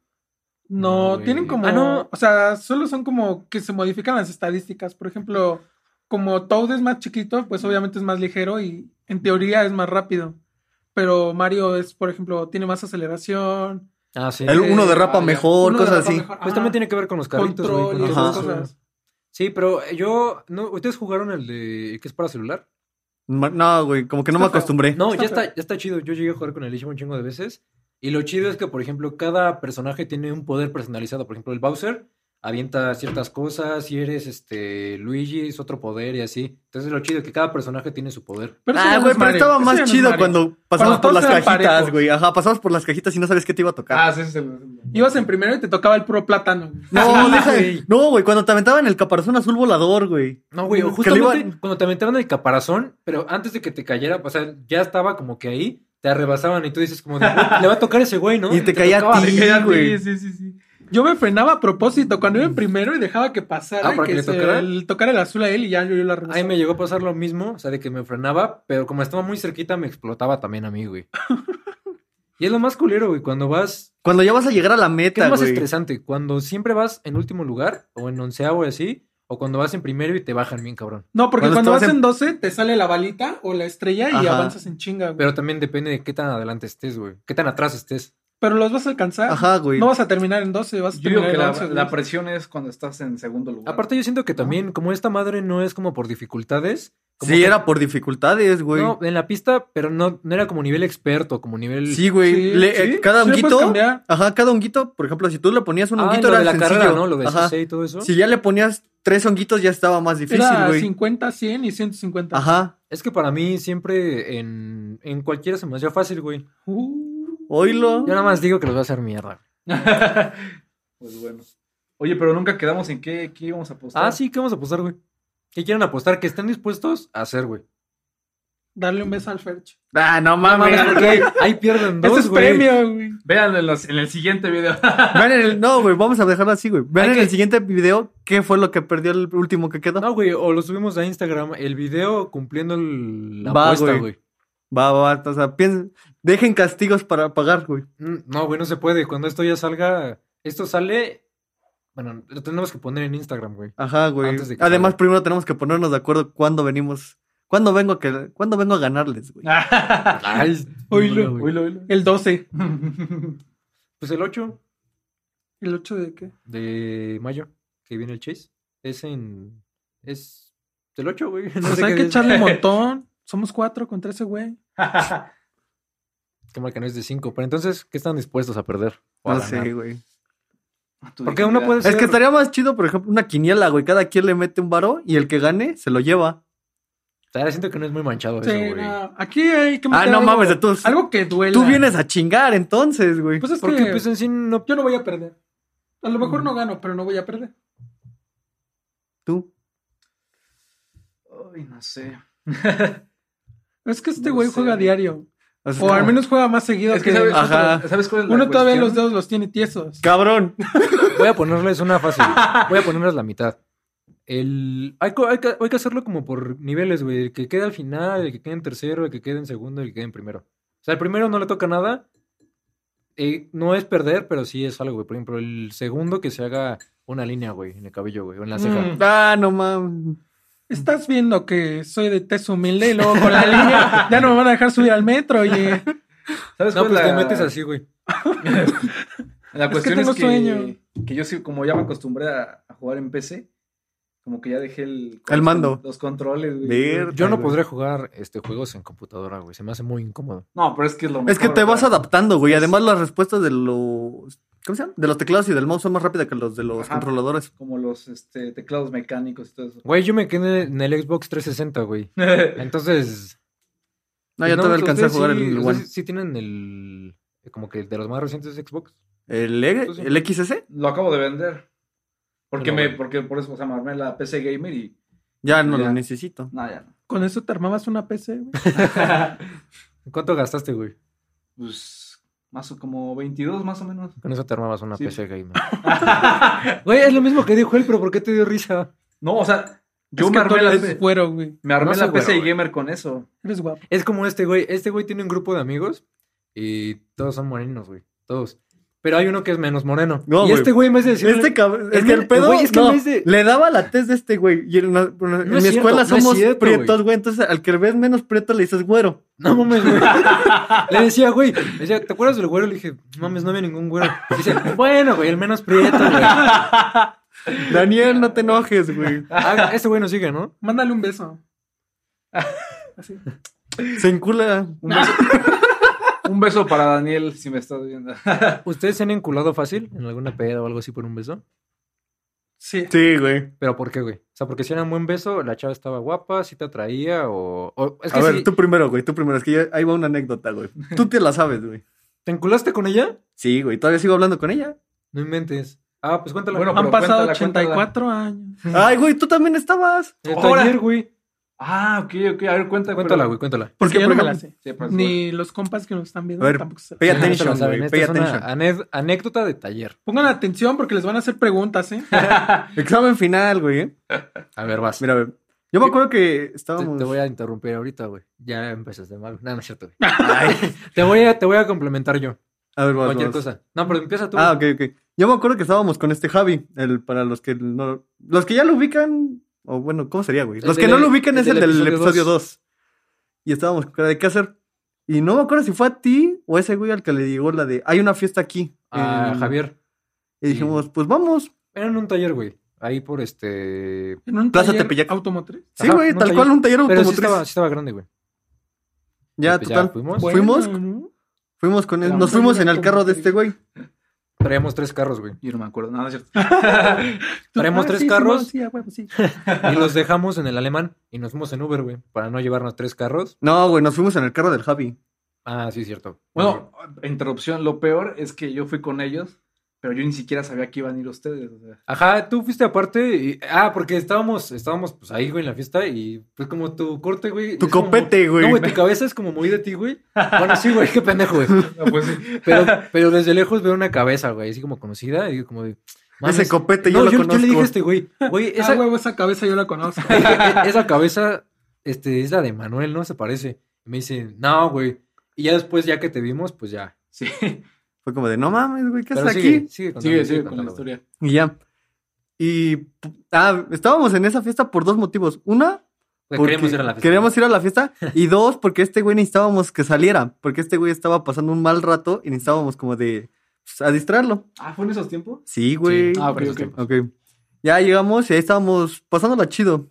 No, No, güey. tienen como. Ah, no. O sea, solo son como que se modifican las estadísticas. Por ejemplo, como Toad es más chiquito, pues obviamente es más ligero y en teoría es más rápido. Pero Mario es, por ejemplo, tiene más aceleración. Ah, sí. El Eh, uno Eh, derrapa ah, ya. mejor, uno Oh, cosas derrapa así. mejor, Pues ajá, también tiene que ver con los carritos, güey. Ah. Control y con Ajá. todo esas eso. cosas. Sí, pero yo. No, ¿Ustedes jugaron el de. el que es para celular? Ma- No, güey, como que no me Está feo. acostumbré. No, Está ya está, feo. ya está chido. Yo llegué a jugar con el Ishima un chingo de veces. Y lo chido es que, por ejemplo, cada personaje tiene un poder personalizado. Por ejemplo, el Bowser avienta ciertas cosas. Si eres este Luigi, es otro poder y así. Entonces, lo chido es que cada personaje tiene su poder. Pero eso ya ah, no güey, es pero Mario, estaba eso más ya no es chido Mario. cuando pasabas Cuando por todos las eran cajitas, parejos. güey. Ajá, pasabas por las cajitas y no sabías qué te iba a tocar. Ah, sí, sí. sí. Ibas en primero y te tocaba el puro plátano. no, deja de- güey. No, güey, cuando te aventaban el caparazón azul volador, güey. No, güey, o Que le iban- justamente cuando te aventaban el caparazón, pero antes de que te cayera, o sea, ya estaba como que ahí, te arrebasaban y tú dices como, de, "Güey, le va a tocar ese güey, ¿no? Y te caía a tocaba. ti. Sí, ya, güey. sí, sí, sí, sí. Yo me frenaba a propósito cuando iba en primero y dejaba que pasara Ah, y ¿para que, que le se- tocara? el- tocara el azul a él y ya yo, yo la Ahí regresaba. me llegó a pasar lo mismo, o sea, de que me frenaba, pero como estaba muy cerquita, me explotaba también a mí, [laughs] güey. Y es lo más culero, güey, cuando vas. Cuando ya vas a llegar a la ¿Qué es meta, más güey. estresante? Cuando siempre vas en último lugar, o en onceavo y así, o cuando vas en primero y te bajan bien, cabrón. No, porque Cuando cuando, vas estabas en 12 te sale la balita o la estrella y Ajá. avanzas en chinga, güey. Pero, Pero también depende de qué tan adelante estés, güey. Qué tan atrás estés. los vas a alcanzar. Ajá, güey. No vas a terminar en 12, vas a Yo digo terminar que en la, 11. güey. la presión es cuando estás en segundo lugar. Aparte, yo siento que también, como esta madre no es como por dificultades. como sí, que- era por dificultades, güey. No, en la pista, pero no, no era como nivel experto, como nivel. sí, güey. Sí, Le- sí, eh, Cada sí le puedes honguito. cambiar. Ajá, cada honguito, por ejemplo, si tú le ponías un Ah, honguito lo era de la sencillo. carrera, ¿no? Lo de Ajá. CC y todo eso. Si ya le ponías tres honguitos ya estaba más difícil, Era güey. 50, 100 y 150. Ajá. Es que para mí siempre en, en cualquiera se me hacía fácil, güey. Uh, Oílo. Yo nada más digo que los voy a hacer mierda. [laughs] pues bueno. Oye, pero nunca quedamos en qué, qué íbamos a apostar. Ah, sí, ¿qué vamos a apostar, güey? ¿Qué quieren apostar? Que estén dispuestos a hacer, güey. Darle un beso al Ferch. Ah, no mames. Mames, porque ahí- ahí [laughs] pierden Ese dos, es güey. premio, güey. Vean en, los- en el siguiente video. Vean en el- no, güey, vamos a dejarlo así, güey. Vean Hay en que- el siguiente video qué fue lo que perdió el último que quedó. No, güey, o lo subimos a Instagram, el video cumpliendo el- la Va, apuesta, güey. güey. Va, va, va. O sea, piensen, dejen castigos para pagar, güey. Mm, No, güey, no se puede. Cuando esto ya salga, esto sale. Bueno, lo tenemos que poner en Instagram, güey. Ajá, güey. Antes de que Además, salga. primero tenemos que ponernos de acuerdo cuándo venimos. ¿Cuándo vengo a, que, cuándo vengo a ganarles, Ah, güey? Ay, Oílo. no, güey. Oílo, [laughs] oílo. El 12. Pues el 8 ¿El 8 de qué? de mayo, que viene el Chase, es en. Es del 8, güey. [laughs] No Pues sé hay qué que es. echarle [laughs] un montón. Somos cuatro contra ese güey. Qué mal que no es de 5. Pero entonces, ¿qué están dispuestos a perder? O a Ah, No ganar. sé, güey. Porque uno puede ser. Es que estaría más chido, por ejemplo, una quiniela, güey. Cada quien le mete un varo y el que gane se lo lleva. estaría- siento que no es muy manchado Sí, eso, güey. no, Aquí hay que Ah, meter no algo- mames, tú, Algo que duela. tú vienes a chingar entonces, güey. Pues es Porque, que pues en sí, no. yo no voy a perder. A lo Mm. mejor no gano, pero no voy a perder. Tú. Ay, no sé. Es que este No güey sé, juega güey. diario. O sea, O al menos juega más seguido Es que, que sabes, Ajá. ¿sabes cuál es la uno todavía los cuestión? dedos los tiene tiesos. [laughs] Cabrón. Voy a ponerles una fácil. Voy a ponerles la mitad. El... Hay, co- hay que, hay que hacerlo como por niveles, güey. El que quede al final, el que quede en tercero, el que quede en segundo, el que quede en primero. O sea, el primero no le toca nada. Eh, no es perder, pero sí es algo, güey. Por ejemplo, el segundo que se haga una línea, güey, en el cabello, güey, o en la ceja. Mm. Ah, no mames. Estás viendo que soy de test humilde y luego con la [laughs] línea ya no me van a dejar subir al metro. Y ¿Sabes No, cuál pues es te la... metes así, güey. La que cuestión tengo es que, sueño. que yo sí, como ya me acostumbré a, a jugar en PC, como que ya dejé el... El mando. Los controles, güey. Ver- Yo no güey. podría jugar este, juegos en computadora, güey. Se me hace muy incómodo. No, pero es que es lo mejor. Es que te vas ¿verdad? adaptando, Pues güey. Además, las respuestas de los. ¿Cómo se llama? De los teclados y del mouse son más rápidas que los de los Ajá. controladores. Como los este, teclados mecánicos y todo eso. [laughs] Güey, yo me quedé en el Xbox 360, güey. Entonces, No, yo te todavía alcancé a jugar el One. pues Sí, sí tienen el. Como que de los más recientes de Xbox. ¿El, E? Pues sí. el XS? lo acabo de vender. Porque, No, me, güey. porque por eso, o sea, me armé la PC Gamer y... Ya no Ya. lo necesito. No, [laughs] ya no. con eso te armabas una PC. güey. ¿Cuánto gastaste, güey? pues, más o como 22 más o menos. Con eso te armabas una Sí. PC gamer. güey, es lo mismo que dijo él, pero ¿por qué te dio risa? No, o sea, yo Es me que tú armé la, eres güero, güey. me armé No soy la PC güero, güey. Gamer con eso. Eres guapo. Es como este güey. Este güey tiene un grupo de amigos y todos son morenos, güey. Todos. Pero hay uno que es menos moreno. No, y güey. este güey me hace decir. Este cabrón, es el- que el el pedo, güey es que no, no es de- le daba la tez de este güey. Y en, la- en mi es cierto, escuela no es somos cierto, prietos, güey. Entonces, al que ves menos prieto le dices güero. No mames, güey. [laughs] Le decía, güey. Le decía, ¿te acuerdas del güero? Le dije, "No mames, no había ningún güero. Dice, bueno, güey, el menos prieto, güey. Daniel, no te enojes, güey. Ah, este güey nos sigue, ¿no? Mándale un beso. Así. Se encula. Un beso, un beso para Daniel, si me estás viendo. ¿Ustedes se han enculado fácil en alguna peda o algo así por un beso? Sí. Sí, güey. ¿Pero por qué, güey? O sea, porque si era un buen beso, la chava estaba guapa, si te atraía o... o- es que A ver, si tú primero, güey. Tú primero. Es que ya- ahí va una anécdota, güey. Tú te la sabes, güey. ¿Te enculaste con ella? Sí, güey. Todavía sigo hablando con ella. No inventes. Ah, pues cuéntala. Bueno, Han pero pasado cuéntala, 84 años. [laughs] Ay, güey, tú también estabas. el ahora. taller, güey. Ah, ok, ok. A ver, cuenta, Cuéntala, pero- güey, cuéntala. Porque, Porque yo por no me la ejemplo, sé. Sí, pues, güey. Ni los compas que nos están viendo A ver, tampoco se la pay No se la attention, saben, güey. esta Pay es una attention. ane- anécdota de taller. Pongan atención porque les van a hacer preguntas, ¿eh? Examen final, güey. ¿eh? A ver, vas. Mira, güey. Yo me acuerdo que te, estábamos. te voy a interrumpir ahorita, güey. Ya empezaste mal. No, no es cierto, güey. Te voy a, te voy a complementar yo. [laughs] A ver, vamos, cualquier vamos. cosa. No, pero empieza tú. Ah, ok, ok. Yo me acuerdo que estábamos con este Javi, el para los que no. Los que ya lo ubican. O bueno, ¿cómo sería, güey? El Los que del- no lo ubican el es el del del episodio episodio dos. 2. Y estábamos con cara de Cácer. Y no me acuerdo si fue a ti o a ese güey al que le llegó la de hay una fiesta aquí. Ah, en- Javier. Y dijimos, pues vamos. Era en un taller, güey. Ahí por este... En un Plaza taller Tepeyac. automotriz. Sí, Ajá, güey, un tal cual taller. un taller Pero sí automotriz. estaba, sí estaba grande, güey. Ya, Pues total. fuimos. Bueno. Fuimos- ¿no? Fuimos con él. La Nos fuimos en montaña el carro de automotriz. este güey. Traíamos tres carros, güey. Yo no me acuerdo, no, no es cierto. Traemos Ah, tres sí, carros. Simón, sí, a huevo, sí. Y [laughs] los dejamos en el alemán y nos fuimos en Uber, güey, para no llevarnos tres carros. No, güey, nos fuimos en el carro del Javi. Ah, sí, es cierto. Bueno, interrupción. Lo peor es que yo fui con ellos Pero yo ni siquiera sabía que iban a ir ustedes. o sea. [laughs] Ajá, tú fuiste aparte y... Ah, porque estábamos, estábamos pues ahí, güey, en la fiesta y pues como tu corte, güey. Tu es como- copete, güey. No, güey, tu cabeza es como muy de ti, güey. Bueno, sí, güey, qué pendejo, [laughs] güey. Pero, pero desde lejos veo una cabeza, güey, así como conocida y digo como de... Ese mames. copete yo No, lo yo, yo conozco. le dije a este güey, [laughs] güey, Esa esa, huevo, esa cabeza yo la conozco. e- [laughs] esa cabeza este, es la de Manuel, ¿no? Se parece. Y me dice, no, güey. Y ya después, ya que te vimos, pues ya. Sí, Fue como de, no mames, güey, ¿qué Pero haces aquí? sigue, Sigue contando, sigue, sigue sigue con la contando, güey. historia. Y ya. Y p- ah, estábamos en esa fiesta por dos motivos. Una, Güey, porque queremos ir a la fiesta. queríamos ir a la fiesta. Y dos, porque este güey necesitábamos que saliera. Porque este güey estaba pasando un mal rato y necesitábamos como de pues, a distraerlo. Ah, ¿fue en esos tiempos? Sí, güey. Ah, ok, por esos ok. tiempos. Ok. Ya llegamos y ahí estábamos pasándola chido.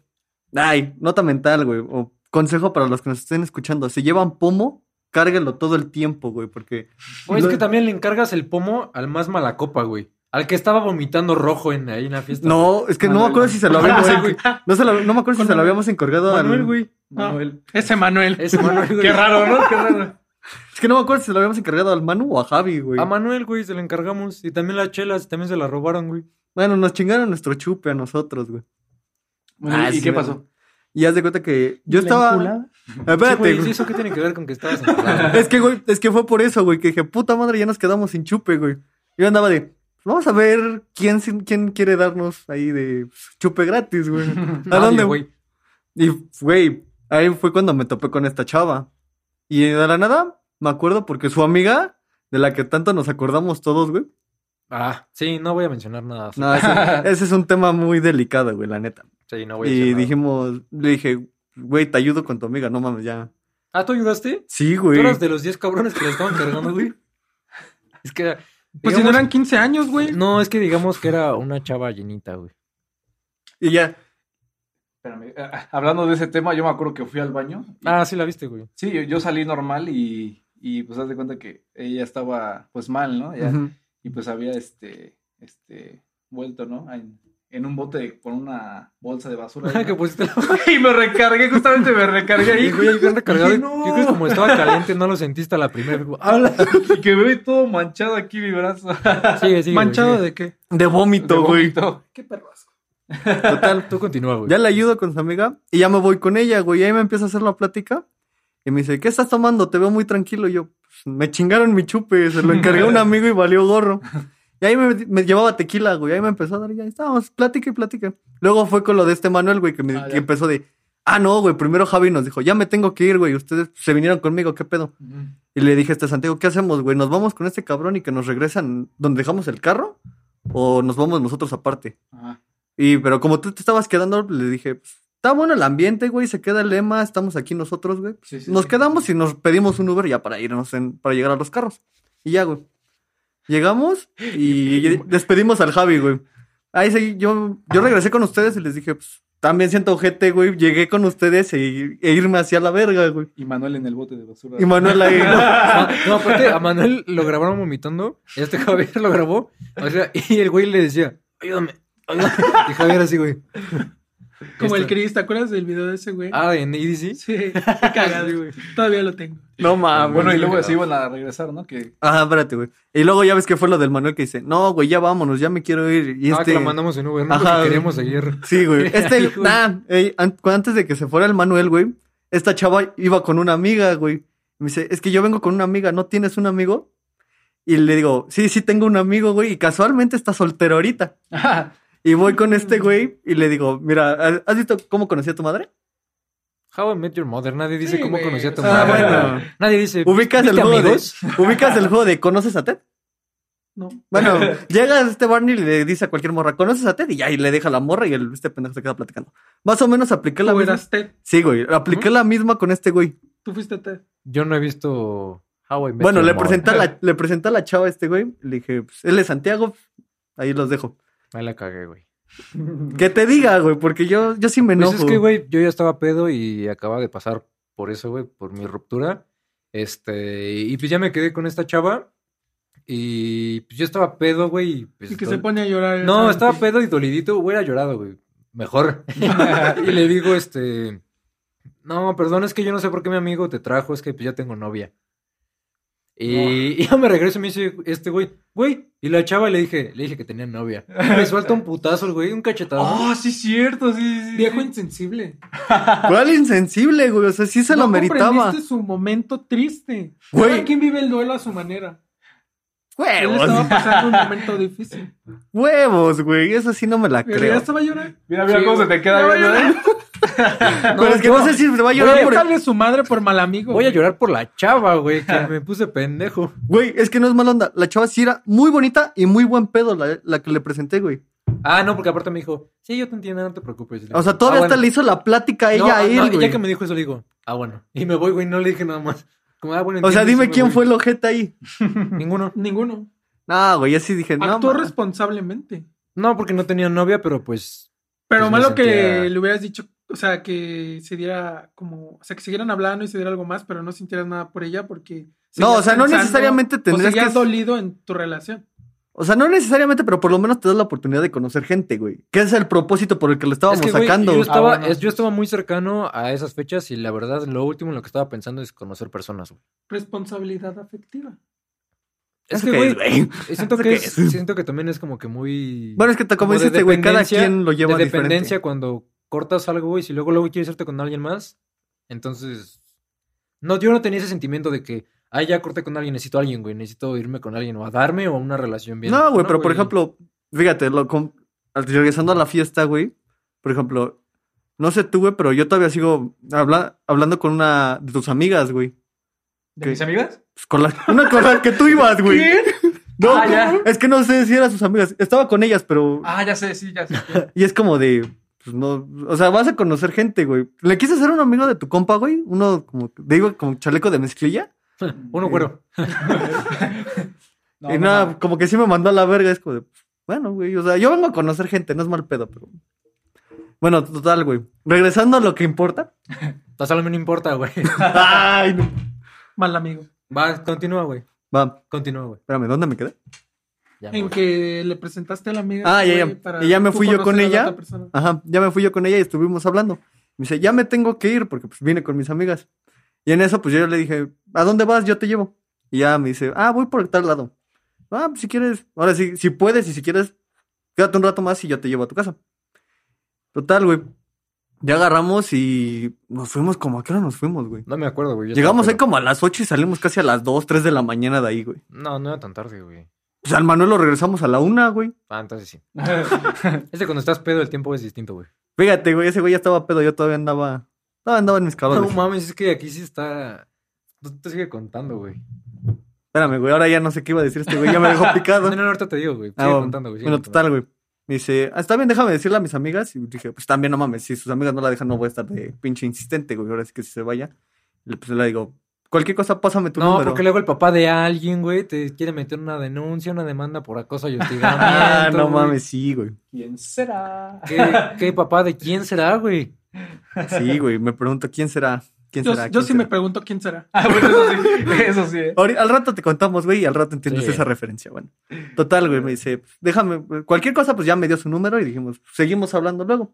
Ay, nota mental, güey. O consejo para los que nos estén escuchando. Si llevan pomo, cárguenlo todo el tiempo, güey. Porque Güey, es que también le encargas el pomo al más mala copa, güey. Al que estaba vomitando rojo en, ahí en la fiesta. no, es que no me acuerdo si se lo habíamos. Manuel, güey. No, se lo- no me acuerdo si se lo habíamos encargado a Manuel, güey. Manuel. [laughs] Ese Manuel. Es Manuel, güey. Qué raro, ¿no? Qué raro. Es que no me acuerdo si se lo habíamos encargado al Manu o a Javi, güey. A Manuel, güey, se lo encargamos. Y también las chelas, también se la robaron, güey. Bueno, nos chingaron nuestro chupe a nosotros, güey. Bueno, Ah, ¿Y sí, qué me- pasó? Y haz de cuenta que yo ¿La estaba. Ah, enculada? Sí, Espérate, güey, güey. ¿y eso qué tiene que ver con que estabas [laughs] encargado? Es que, güey, es que fue por eso, güey, que dije, puta madre, ya nos quedamos sin chupe, güey. Yo andaba de, vamos a ver quién, sin- quién quiere darnos ahí de chupe [laughs] gratis, güey. ¿A dónde, güey? Y, güey, ahí fue cuando me topé con esta chava. Y de la nada, me acuerdo porque su amiga, de la que tanto nos acordamos todos, güey. Ah, sí, no voy a mencionar nada. [laughs] No, ese, ese es un tema muy delicado, güey, la neta. Sí, no voy a Y mencionar nada. dijimos, le dije, güey, te ayudo con tu amiga, no mames, ya. Ah, ¿tú ayudaste? Sí, Tú güey. eras de los 10 cabrones que le estaban cargando, güey. [laughs] Es que. Pues digamos- si no eran 15 años, güey. No, es que digamos que era una chava llenita, güey. Y ya, Espérame. ah, ah, Hablando de ese tema, yo me acuerdo que fui al baño. y- Ah, sí la viste, [laughs] güey. Sí, yo, yo salí normal y, y pues haz de cuenta que ella estaba pues mal, ¿no? Ya- ujú, Y pues había este, este, vuelto, ¿no? En, en un bote con una bolsa [laughs] de basura. que pusiste la [laughs] y me recargué, justamente me recargué Y, ahí. güey, ahí bien recargado. Dije, y- "No". Yo creo que como estaba caliente, no lo sentiste a la primera. [laughs] güey. ¡Hala! Y que veo todo manchado aquí mi brazo. Sigue, sigue. ¿Manchado güey, de qué? de De vómito, güey. vómito. Qué perro asco. Total, sigue. Tú continúa, güey. Ya le ayudo con su amiga y ya me voy con ella, güey. Y ahí me empieza a hacer la plática. Y me dice, ¿qué estás tomando? Te veo muy tranquilo. Y yo, "Pues, me chingaron mi chupe, se lo encargué a un amigo y valió gorro. Y ahí me, me llevaba tequila, güey. Ahí me empezó a dar, y ya estábamos, plática y plática. Luego fue con lo de este Manuel, güey, que, me- Ah, que ya. empezó de, ah, no, güey. Primero Javi nos dijo, ya me tengo que ir, güey. Ustedes se vinieron conmigo, ¿qué pedo? Y le dije a este Santiago, ¿qué hacemos, güey? ¿Nos vamos con este cabrón y que nos regresan donde dejamos el carro? ¿O nos vamos nosotros aparte? Ajá. Y, pero como tú te estabas quedando, le dije, "Pues, está bueno el ambiente, güey, se queda el lema, estamos aquí nosotros, güey. Sí, sí, Nos sí. quedamos y nos pedimos un Uber ya para irnos, en- para llegar a los carros. Y ya, güey. Llegamos [laughs] y despedimos al Javi, güey. Ahí seguí, yo, yo regresé con ustedes y les dije, pues, también siento ojete, güey, llegué con ustedes e, e irme hacia la verga, güey. Y Manuel en el bote de basura. Y Manuel ahí, ¿no? Ma- Ah, No, aparte, a Manuel lo grabaron vomitando. Este Javier lo grabó. O sea, y el güey le decía, ayúdame, ayúdame. Y Javier así, güey. Como el Esto- Chris, ¿te acuerdas del video de ese, güey? Este. Ah, en ADC. [laughs] Sí, qué cagado, güey. Todavía lo tengo. no mames. Ah, bueno, y luego se iban a regresar, ¿no? [laughs] Que Ajá, espérate, güey. Y luego ya ves que fue lo del Manuel que dice, no, güey, ya vámonos, ya me quiero ir. Y Ah, este... que lo mandamos en Uber. No, Ajá, Porque güey. queríamos seguir. Sí, güey. Ay, [laughs] Este, güey. nah, ey, an- cu- antes de que se fuera el Manuel, güey, esta chava iba con una amiga, güey. Me dice, es que yo vengo con una amiga, ¿no tienes un amigo? Y le digo, sí, sí tengo un amigo, güey, y casualmente está soltero ahorita. Y voy con Mm. este güey y le digo, mira, ¿has- ¿has visto cómo conocí a tu madre? How I Met Your Mother. Nadie dice Sí, cómo güey. conocía a tu Ah, madre. bueno. Nadie dice. Ubicas el ¿viste juego de, [laughs] amigos? ubicas el juego de ¿conoces a Ted? No. [laughs] Bueno, llega este Barney y le dice a cualquier morra, ¿conoces a Ted? Y ya, y le deja la morra y el, este pendejo se queda platicando. Más o menos apliqué la Tú misma. eras Ted. Sí, güey, apliqué la misma con este güey. Tú fuiste Ted. Yo no he visto How I Met Bueno, Your le Mother. presenté, a [laughs] la, le presenté a la chava a este güey. Le dije, pues, él es Santiago. Ahí los dejo. Ahí la cagué, güey. Que te diga, güey, porque yo, yo sí me enojo. Pues es que, güey, yo ya estaba pedo y acababa de pasar por eso, güey, por mi ruptura. Este, y pues ya me quedé con esta chava. Y pues yo estaba pedo, güey. y, pues, Y que dol- se pone a llorar. No, esa- estaba pedo y dolidito, hubiera llorado, güey. Mejor. y le digo, este. No, perdón, es que yo no sé por qué mi amigo te trajo, es que pues ya tengo novia. [laughs] Y, y yo me regreso y me dice este güey, güey, y la chava le dije, le dije que tenía novia. Me suelta un putazo, el güey, un cachetado. Ah. Oh, sí, cierto, sí, sí, sí. Viejo insensible. ¿Cuál insensible, güey? O sea, sí se lo No meritaba. comprendiste su momento triste. Güey. Cada quien vive el duelo a su manera. Él estaba Huevos, pasando un momento difícil. huevos, güey. Eso sí no me la Pero ya creo. estaba llorando. Mira, mira Sí, cómo se güey. te queda No, viendo, yo- ¿eh? Pero es que no sé si se va a llorar por Tal vez su madre por mal amigo. Voy a güey. llorar por la chava, güey, que me puse pendejo. Güey, es que no es mala onda. La chava sí era muy bonita y muy buen pedo la, la que le presenté, güey. Ah, no, porque aparte me dijo, sí, yo te entiendo, no te preocupes. O sea, todavía Ah, hasta bueno. le hizo la plática a ella No, a él, no, güey. ya que me dijo eso, le digo, ah, bueno. Y me voy, güey, no le dije nada más. Como, ah, bueno, O sea, entiendo, sí dime me quién voy. fue el ojete ahí. Ninguno. Ninguno. No, güey, así dije, no. Actuó ma- responsablemente. No, porque no tenía novia, pero pues. Pero Pues me malo que sentía- le hubieras dicho, o sea, que se diera como, o sea, que siguieran hablando y se diera algo más, pero no sintieras nada por ella porque... No, o seguías sea, no pensando necesariamente tendrías o seguías que- dolido en tu relación. O sea, no necesariamente, pero por lo menos te das la oportunidad de conocer gente, güey. Que es el propósito por el que lo estábamos es que, güey, sacando. yo, güey. estaba, Ah, bueno. es- yo estaba muy cercano a esas fechas y la verdad, lo último en lo que estaba pensando es conocer personas, güey. Responsabilidad afectiva. Es ¿Eso que, qué güey, eh, es, güey? siento ¿Eso que, qué es- es? siento que también es como que muy. Bueno, es que te- como Como de dices, güey, cada dependencia- quien lo lleva de diferente. dependencia cuando cortas algo, güey, si luego luego quieres irte con alguien más, entonces no yo no tenía ese sentimiento de que ay, ya corté con alguien, necesito a alguien, güey, necesito irme con alguien o a darme o a una relación bien. No, güey, pero por güey. ejemplo, fíjate, lo, com- al- regresando a la fiesta, güey, por ejemplo, no sé tú, güey, pero yo todavía sigo habla- hablando con una de tus amigas, güey. ¿De ¿Qué? mis amigas? Pues con la- una con la que tú ibas, güey. No, Ah, ya. es que no sé si eran sus amigas. Estaba con ellas, pero. Ah, ya sé, sí, ya sé. Y es como de. Pues no. O sea, vas a conocer gente, güey. Le quise hacer un amigo de tu compa, güey. Uno como, digo, como chaleco de mezclilla. eh, uno güero. Mm, y nada, como que sí me mandó a la verga. Es como de, pues, bueno, güey, o sea, yo vengo a conocer gente, no es mal pedo, pero... Bueno, total, güey. Regresando a lo que [laughs] importa. Pasarme no importa, [laughs] güey. Ay, no. Mal amigo. Va, continúa, güey. Va, Continúa, güey. espérame, ¿dónde me quedé? Ya, En güey. que le presentaste a la amiga. Ah, ya, güey, ya. para Y ya me tú fui yo con conocer a la ella. otra persona. Ajá, ya me fui yo con ella y estuvimos hablando. Me dice, ya me tengo que ir porque pues vine con mis amigas. Y en eso pues yo le dije, ¿a dónde vas? Yo te llevo. Y ya me dice, ah, voy por tal lado. Ah, pues si quieres, ahora sí, si puedes y si quieres, quédate un rato más y yo te llevo a tu casa. Total, güey. Ya agarramos y nos fuimos como a qué hora nos fuimos, güey. No me acuerdo, güey. yo Llegamos ahí estaba como a las 8 y salimos casi a las 2, 3 de la mañana de ahí, güey. pedo. No, no era tan tarde, güey. Pues al Manuel lo regresamos a la 1, güey. Ah, entonces sí. Es que cuando estás pedo el tiempo es distinto, güey. Fíjate, güey, ese güey ya estaba pedo, yo todavía andaba, todavía andaba en mis No cabales. mames, es que aquí sí está tú te sigue contando, güey. Espérame, güey, ahora ya no sé qué iba a decir este güey, ya me dejó picado. [laughs] No, no, ahorita te digo, güey. Ah, Sigue bueno. contando, güey. sigue bueno, contando. total, güey. Me dice, ah, está bien, déjame decirle a mis amigas. Y dije, pues también no mames, si sus amigas no la dejan, no voy a estar de pinche insistente, güey. Ahora sí que si se vaya. Le- Pues le digo, cualquier cosa, pásame tu No, número. porque luego el papá de alguien, güey, te quiere meter una denuncia, una demanda por acoso [laughs] y hostigamiento. Ah, no güey. mames, sí, güey. [laughs] ¿Quién será? ¿Qué, qué papá de quién será, güey? Sí, güey. Me pregunto, ¿quién será? ¿Quién Yo, será? yo ¿Quién sí me será? pregunto quién será. Ah, bueno, eso sí, eso sí. eh. Ahori- Al rato te contamos, güey, y al rato entiendes Sí. esa referencia, bueno. Total, güey, me dice, pues, déjame, güey, cualquier cosa, pues ya me dio su número y dijimos, seguimos hablando luego.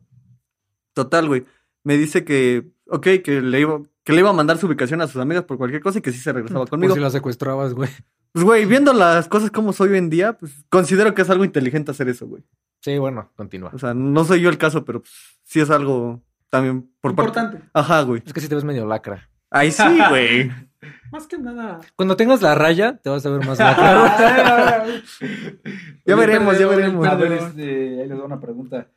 Total, güey, me dice que, ok, que le iba, que le iba a mandar su ubicación a sus amigas por cualquier cosa y que sí se regresaba Por conmigo. si la secuestrabas, güey. Pues, güey, viendo las cosas como soy hoy en día, pues considero que es algo inteligente hacer eso, güey. Sí, bueno, continúa. O sea, no soy yo el caso, pero pues, sí es algo también por parte. Importante. Ajá, güey. Es que si te ves medio lacra. Ahí sí, [laughs] güey. Más que nada. Cuando tengas la raya, te vas a ver más lacra. [laughs] Ya El veremos, ya perdedor, el veremos. A ver, este, ahí les da una pregunta.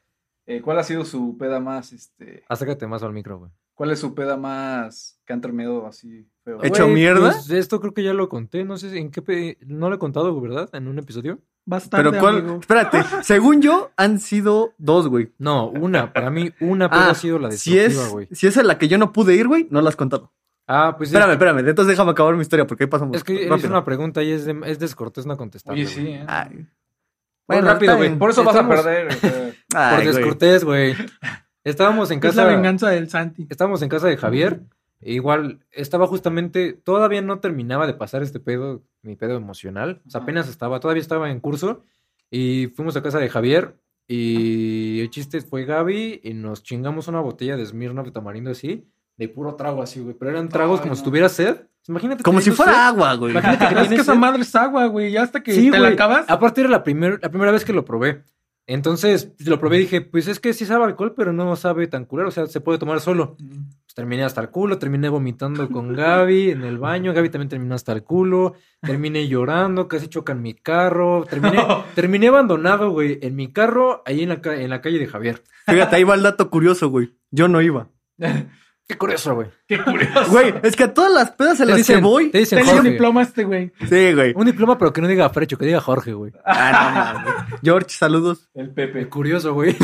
Eh, ¿Cuál ha sido su peda más, este, Acércate más al micro, güey. cuál es su peda más que han terminado así feo? ¿Hecho Güey, mierda? pues, esto creo que ya lo conté. No sé si- en qué. pe- No lo he contado, güey, ¿verdad? En un episodio. Bastante, Pero cuál, amigo. espérate, según yo han sido dos, güey. No, una. Para mí, una peda [laughs] Ah, ha sido la Si es, destructiva, güey. si es a la que yo no pude ir, güey, no la has contado. Ah, pues es, Espérame, espérame, entonces déjame acabar mi historia porque ahí pasamos. es que es rápido. una pregunta y es, de- es descortés no contestar. Oye, sí, ¿eh? Ay. Bueno, Bueno, rápido, está güey. bien. Por eso vas a Estamos- perder. o sea. Por Ay, güey. descortés, güey. Estábamos en [laughs] Es la casa. venganza del Santi. estábamos en casa de Javier. e igual estaba justamente. Todavía no terminaba de pasar este pedo, mi pedo emocional. O sea, Ajá. Ah. apenas estaba, todavía estaba en curso. Y fuimos a casa de Javier. Y el chiste fue Gaby. Y nos chingamos una botella de Smirnoff de tamarindo así. de puro trago así, güey. Pero eran tragos como si tuviera sed. Imagínate. Como si teniendo fuera sed. agua, güey. Imagínate que [laughs] Es que tienes esa sed. madre es agua, güey. Ya hasta que Sí, te la güey. acabas. Aparte era la, primer- la primera vez que lo probé. Entonces lo probé y dije, pues es que sí sabe alcohol, pero no sabe tan culero. O sea, se puede tomar solo. Pues, terminé hasta el culo, terminé vomitando [laughs] con Gaby en el baño. Gaby también terminó hasta el culo. Terminé llorando, casi chocan mi carro. [laughs] Terminé, terminé abandonado, güey, en mi carro, ahí en la, ca- en la calle de Javier. Fíjate, ahí va el dato curioso, güey. Yo no iba. Qué curioso, güey. Qué curioso. Güey, es que a todas las pedas en Te las dicen, que voy. te dicen Tenía un Jorge. diploma este, güey. Sí, güey. Un diploma, pero que no diga Frecho, que diga Jorge, güey. Ah, no, mames, güey. George, saludos. El Qué Pepe. curioso, güey.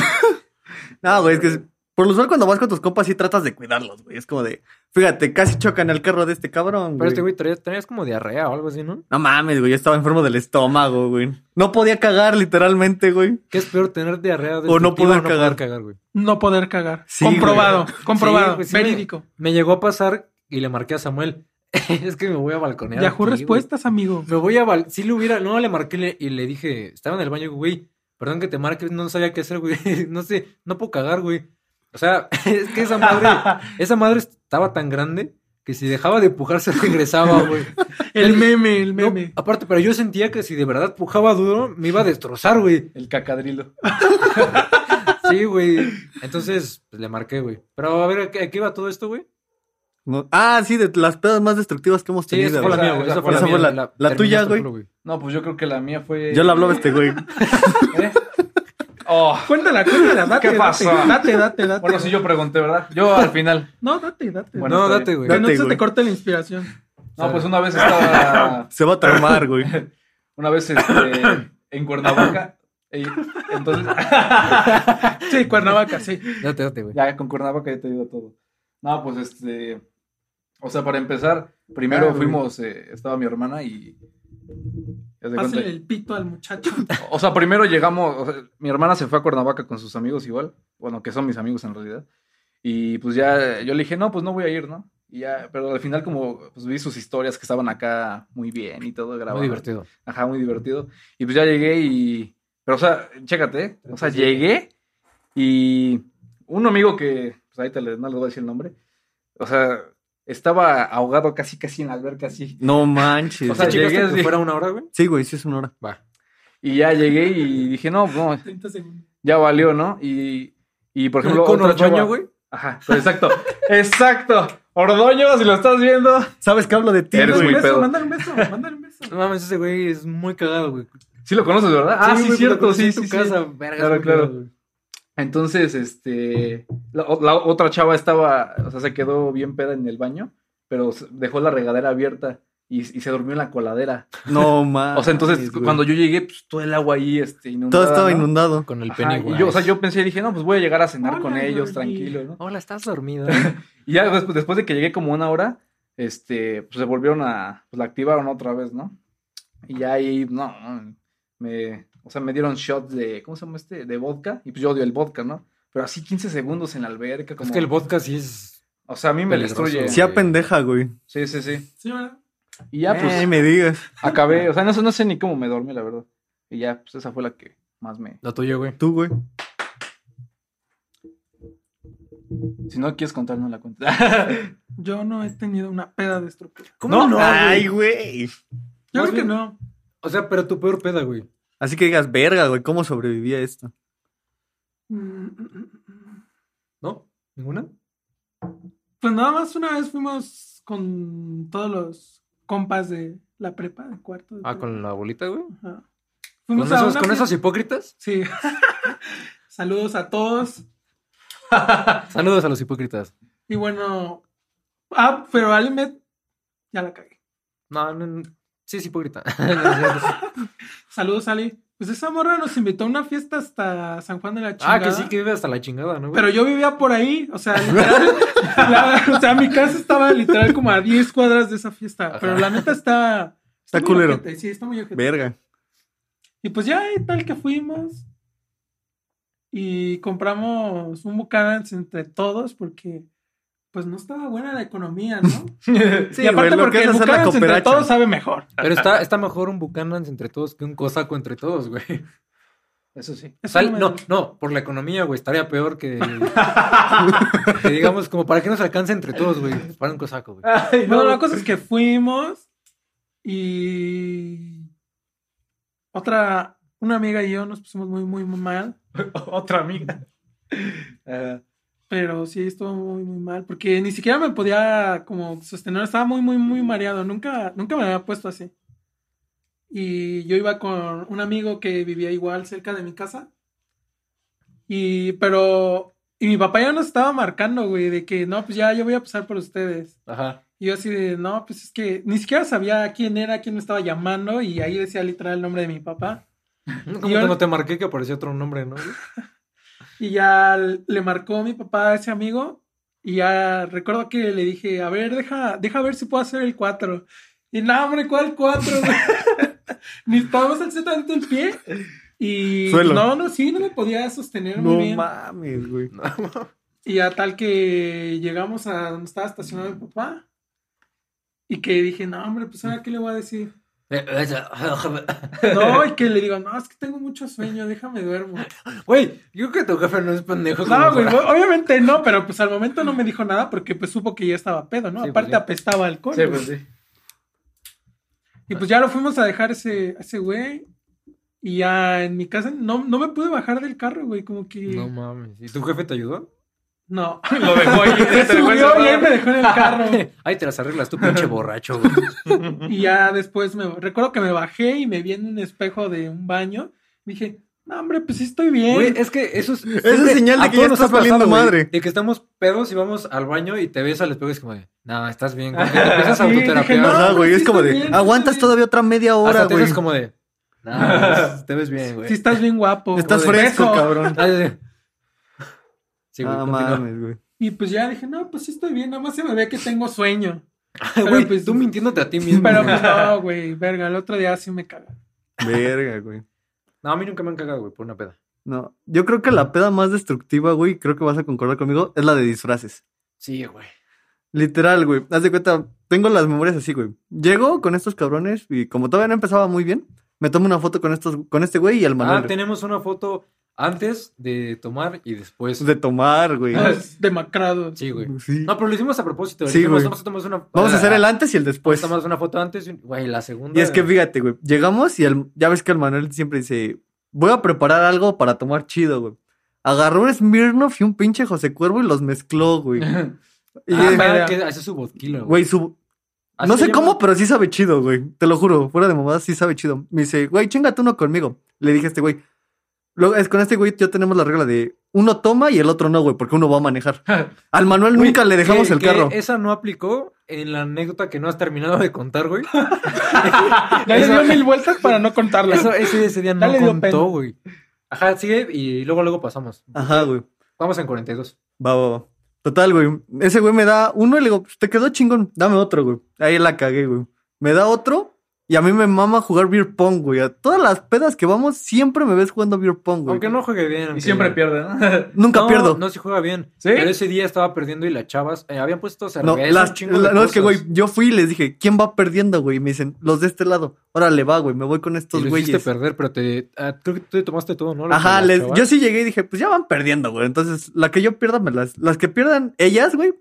No, güey, es que por lo usual cuando vas con tus compas sí tratas de cuidarlos, güey. Es como de, fíjate, casi chocan el carro de este cabrón, Pero güey. este güey traía- tenías como diarrea o algo así, ¿no? No mames, güey, yo estaba enfermo del estómago, güey. No podía cagar, literalmente, güey. ¿Qué es peor tener diarrea este O no destructiva poder cagar. güey? No poder cagar. Sí, comprobado, comprobado, Sí, güey, sí, verídico. Me llegó a pasar y le marqué a Samuel. [laughs] es que me voy a balconear. Yahoo aquí, güey. respuestas, amigo. Me voy a bal... Si le hubiera... No, le marqué le- y le dije... Estaba en el baño, güey. Perdón que te marque, no sabía qué hacer, güey. [laughs] no sé, no puedo cagar, güey. O sea, [laughs] es que esa [laughs] madre... esa madre estaba tan grande que si dejaba de pujar se regresaba, [laughs] güey. El meme, el No, meme. aparte, pero yo sentía que si de verdad pujaba duro, me iba a destrozar, güey. El cacadrilo. Sí, güey. Entonces, pues, le marqué, güey. Pero a ver, ¿a qué, a qué iba todo esto, güey? No- Ah, sí, de las pedas más destructivas que hemos Sí, tenido. esa fue la güey. mía, güey. Esa fue la, Esa fue mía, la- la terminé tuya, hasta el güey. culo, No, pues yo creo que la mía fue. Yo le hablaba a este güey. ¿Eh? Oh. Cuéntala, cuéntala, date. ¿Qué pasó? Date, date, date. date. Bueno, sí, yo pregunté, ¿verdad? Yo al final. No, date, date. Bueno, no, está date, güey. que no date, se güey. te corte la inspiración. No, pues una vez estaba. Se va a traumar, güey. Una vez este, en Cuernavaca. y entonces. Sí, Cuernavaca, sí. Date, date, güey. Ya, con Cuernavaca ya te digo todo. No, pues este. O sea, para empezar, primero Ah, güey. fuimos. eh, estaba mi hermana y. ya se cuenta- Pásale el pito al muchacho. O sea, primero llegamos. o sea, mi hermana se fue a Cuernavaca con sus amigos igual. Bueno, que son mis amigos en realidad. Y pues ya yo le dije, no, pues no voy a ir, ¿no? Y ya, pero al final, como pues, vi sus historias que estaban acá muy bien y todo grabado. Muy divertido. Ajá, muy divertido. Y pues ya llegué y. Pero, o sea, chécate, ¿eh? O sea, llegué y un amigo que. Pues ahí te le- no les voy a decir el nombre. O sea, estaba ahogado casi, casi en la alberca, así. No manches. O sea, güey. ¿Checaste llegué que así. fuera una hora, güey? sí, güey, sí es una hora. Va. Y ya llegué y dije, no, no, 30 segundos. ya valió, ¿no? Y, y por ejemplo, Con otra chava- Ordoño, güey. Ajá, pues, exacto, exacto. Ordoño, si lo estás viendo. ¿Sabes que hablo de ti, Eres Mándale muy güey? un beso, pedo. mándale un beso, mándale un beso. No mames, ese güey es muy cagado, güey. Sí lo conoces, ¿verdad? ah, güey, sí, pues, lo cierto, conocí sí, en sí, tu sí. casa, verga, Claro, es muy claro. cagado, güey. Entonces, este, la, la otra chava estaba, o sea, se quedó bien peda en el baño, pero se- dejó la regadera abierta y, y se durmió en la coladera. No Ah, mames. O sea, entonces, güey. cuando yo llegué, pues todo el agua ahí, este, inundada. Todo estaba ¿no? inundado. Con el Ajá, pene, y yo, o sea, yo pensé, dije, no, pues voy a llegar a cenar Hola, con ellos, Jordi. tranquilo, ¿no? Hola, estás [laughs] dormido. Y ya después, después de que llegué como una hora, este, pues se volvieron a, pues la activaron otra vez, ¿no? Y ya ahí, no, no, me, o sea, me dieron shots de, ¿cómo se llama este? De vodka, y pues yo odio el vodka, ¿no? Pero así 15 segundos en la alberca, como, es que el vodka sí es. o sea, a mí me peligroso. destruye. Sí, Sí, a pendeja, güey. Sí, sí, sí. Sí, ¿verdad? Y ya, Eh, pues, me digas. acabé, o sea, no, sé- no sé ni cómo me dormí, la verdad. Y ya, pues esa fue la que más me... La tuya, güey. Tú, güey. Si no quieres contar, no la cuentas. Yo no he tenido una peda destructiva. ¿Cómo no, Ay, güey? güey. Yo Más creo que bien- no. O sea, pero tu peor peda, güey. Así que digas, verga, güey, ¿cómo sobreviví a esto? Mm, ¿No? ¿Ninguna? Pues nada más una vez fuimos con todos los compas de la prepa, de cuarto. de Ah, prepa. con la bolita, güey. Ajá. ¿Con Fuimos a esos, una con fiesta- esos hipócritas? Sí. [laughs] Saludos a todos. Saludos a los hipócritas. Y bueno. Ah, pero Alimet. Ya la cagué. No, no, no. sí es [laughs] hipócrita. Ah, No, es cierto. Saludos, Ali. Pues esa morra nos invitó a una fiesta hasta San Juan de la Chingada. ah, que sí, que vive hasta la chingada, ¿no, güey? Pero yo vivía por ahí, [laughs] o sea, literal, la- o sea, mi casa estaba literal como a 10 cuadras de esa fiesta, Ajá. pero la neta está... Está muy culero. ojete, sí, está muy ojete. Verga. Y pues ya, eh, tal que fuimos y compramos un Buchanan's entre todos porque pues no estaba buena la economía, ¿no? [laughs] Sí, y aparte güey, lo porque que es el hacer la Buchanan's entre cooperacha. todos sabe mejor. Pero está, está mejor un Buchanan entre todos que un cosaco entre todos, güey. Eso sí. Eso Sal- me- no, no, por la economía, güey, estaría peor que, que digamos, como para que nos alcance entre todos, güey, para un cosaco, güey. Ay, Bueno, la [laughs] cosa es que fuimos y otra, una amiga y yo nos pusimos muy, muy, muy mal, Otra amiga. [laughs] Ah, pero sí estuvo muy, muy mal, porque ni siquiera me podía como sostener, estaba muy, muy, muy mareado, nunca, nunca me había puesto así. Y yo iba con un amigo que vivía igual cerca de mi casa, y pero, y mi papá ya nos estaba marcando, güey, de que no, pues ya, yo voy a pasar por ustedes. Ajá. Y yo así de, no, pues es que ni siquiera sabía quién era, quién me estaba llamando, y ahí decía literal el nombre de mi papá. Como Y ahora- cuando te marqué que apareció otro nombre, ¿no? güey? Y ya le marcó mi papá a ese amigo, y ya recuerdo que le dije, a ver, deja, deja ver si puedo hacer el 4. Y no, hombre, ¿cuál 4? [laughs] ni estábamos al tanto el pie. Y Suelo. no, no, sí, no me podía sostener No muy bien. mames, güey. Y ya tal que llegamos a donde estaba estacionado mi papá, y que dije, no, hombre, pues ahora qué le voy a decir. [laughs] No, y que le digo, no, es que tengo mucho sueño, déjame duermo. Güey, yo creo que tu jefe no es pendejo. Pues como No, güey, para- obviamente no, pero pues al momento no me dijo nada porque pues supo que ya estaba pedo, ¿no? Sí, Aparte pues, sí. apestaba alcohol. sí, güey. pues sí. Y pues ya lo fuimos a dejar ese, ese güey. Y ya en mi casa no, no me pude bajar del carro, güey, como que... No mames. ¿Y tu jefe te ayudó? [laughs] No. [laughs] Lo dejó ahí. Se te dejó subió y ahí encerrado. me dejó en [laughs] el carro. Ay, te las arreglas tú, pinche [laughs] borracho, güey. Y ya después me... Recuerdo que me bajé y me vi en un espejo de un baño. Dije, no, hombre, pues sí estoy bien. Güey, es que eso es. es señal de a que todos ya nos estás ha pasado, valiendo güey, madre. De que estamos pedos y vamos al baño y te ves al espejo y es como de, no, estás bien, güey. Y te empiezas a Sí, autoterapear. dije, no, Ajá, güey. sí Es como está de, bien, sí aguantas está bien. todavía otra media hora, Hasta te güey. haces como de, no, pues, te ves bien, güey. Si estás bien guapo. Estás güey. fresco, [laughs] Beso. cabrón. Ah, sí, sí. Sí, güey, Ah, continúa. mames, güey. Y pues ya dije, no, pues sí estoy bien, nada más se me ve que tengo sueño. Ay, [laughs] güey, Pero, pues, tú mintiéndote a ti mismo. Pero güey. pues, no, güey, verga, el otro día sí me caga. Verga, güey. No, a mí nunca me han cagado, güey, por una peda. No, yo creo que la peda más destructiva, güey, creo que vas a concordar conmigo, es la de disfraces. Sí, güey. Literal, güey. Haz de cuenta, tengo las memorias así, güey. Llego con estos cabrones y como todavía no empezaba muy bien, me tomo una foto con estos, con este güey y el Ah, Manuel. tenemos una foto antes de tomar y después. De tomar, güey. Es demacrado. Sí, Ah, güey. Sí. No, pero lo hicimos a propósito. Sí, Dijimos, güey. Vamos a tomar una... Vamos a hacer el antes y el después. Tomamos una foto antes, y un- güey, la segunda. Y es que fíjate, güey. Llegamos y el- ya ves que el Manuel siempre dice: Voy a preparar algo para tomar chido, güey. Agarró un Smirnoff y un pinche José Cuervo y los mezcló, [laughs] güey. Y, Ah, eh, para que hace su vodkilo, güey, su, Así No se sé llama. cómo, pero sí sabe chido, güey. Te lo juro, fuera de mamada, sí sabe chido. Me dice, güey, chingate uno conmigo. Le dije a este güey. Luego, es, con este güey ya tenemos la regla de uno toma y el otro no, güey, porque uno va [laughs] a manejar. Al Manuel Güey, nunca le dejamos que- el que carro. Esa no aplicó en la anécdota que no has terminado de contar, güey. Ya le Eso- dio mil vueltas para no contarla. Eso, ese, ese [laughs] día no Dale, dio pena. contó, güey. Ajá, sigue y luego, luego pasamos. Ajá, güey. Vamos en 42. Va, va, va. Total, güey. Ese güey me da uno y le digo, te quedó chingón, dame otro, güey. Ahí la cagué, güey. Me da otro y a mí me mama jugar beer pong, güey. A todas las pedas que vamos, siempre me ves jugando beer pong, güey. Aunque no juegue bien. Y aunque- siempre pierde, ¿no? [laughs] Nunca No, pierdo. No se juega bien. ¿Sí? Pero ese día estaba perdiendo y las chavas eh, habían puesto cerveza. No, las- un chingo de la- no es que, cosas. güey, yo fui y les dije, ¿quién va perdiendo, güey? Y me dicen, los de este lado. Órale, va, güey, me voy con Y estos lo hiciste güeyes. perder, pero te, ah, creo que tú te tomaste todo, ¿no? Lo Ajá, que las les- chavas. yo sí llegué y dije, pues ya van perdiendo, güey. Entonces, la que yo pierda, me las, las que pierdan ellas, güey.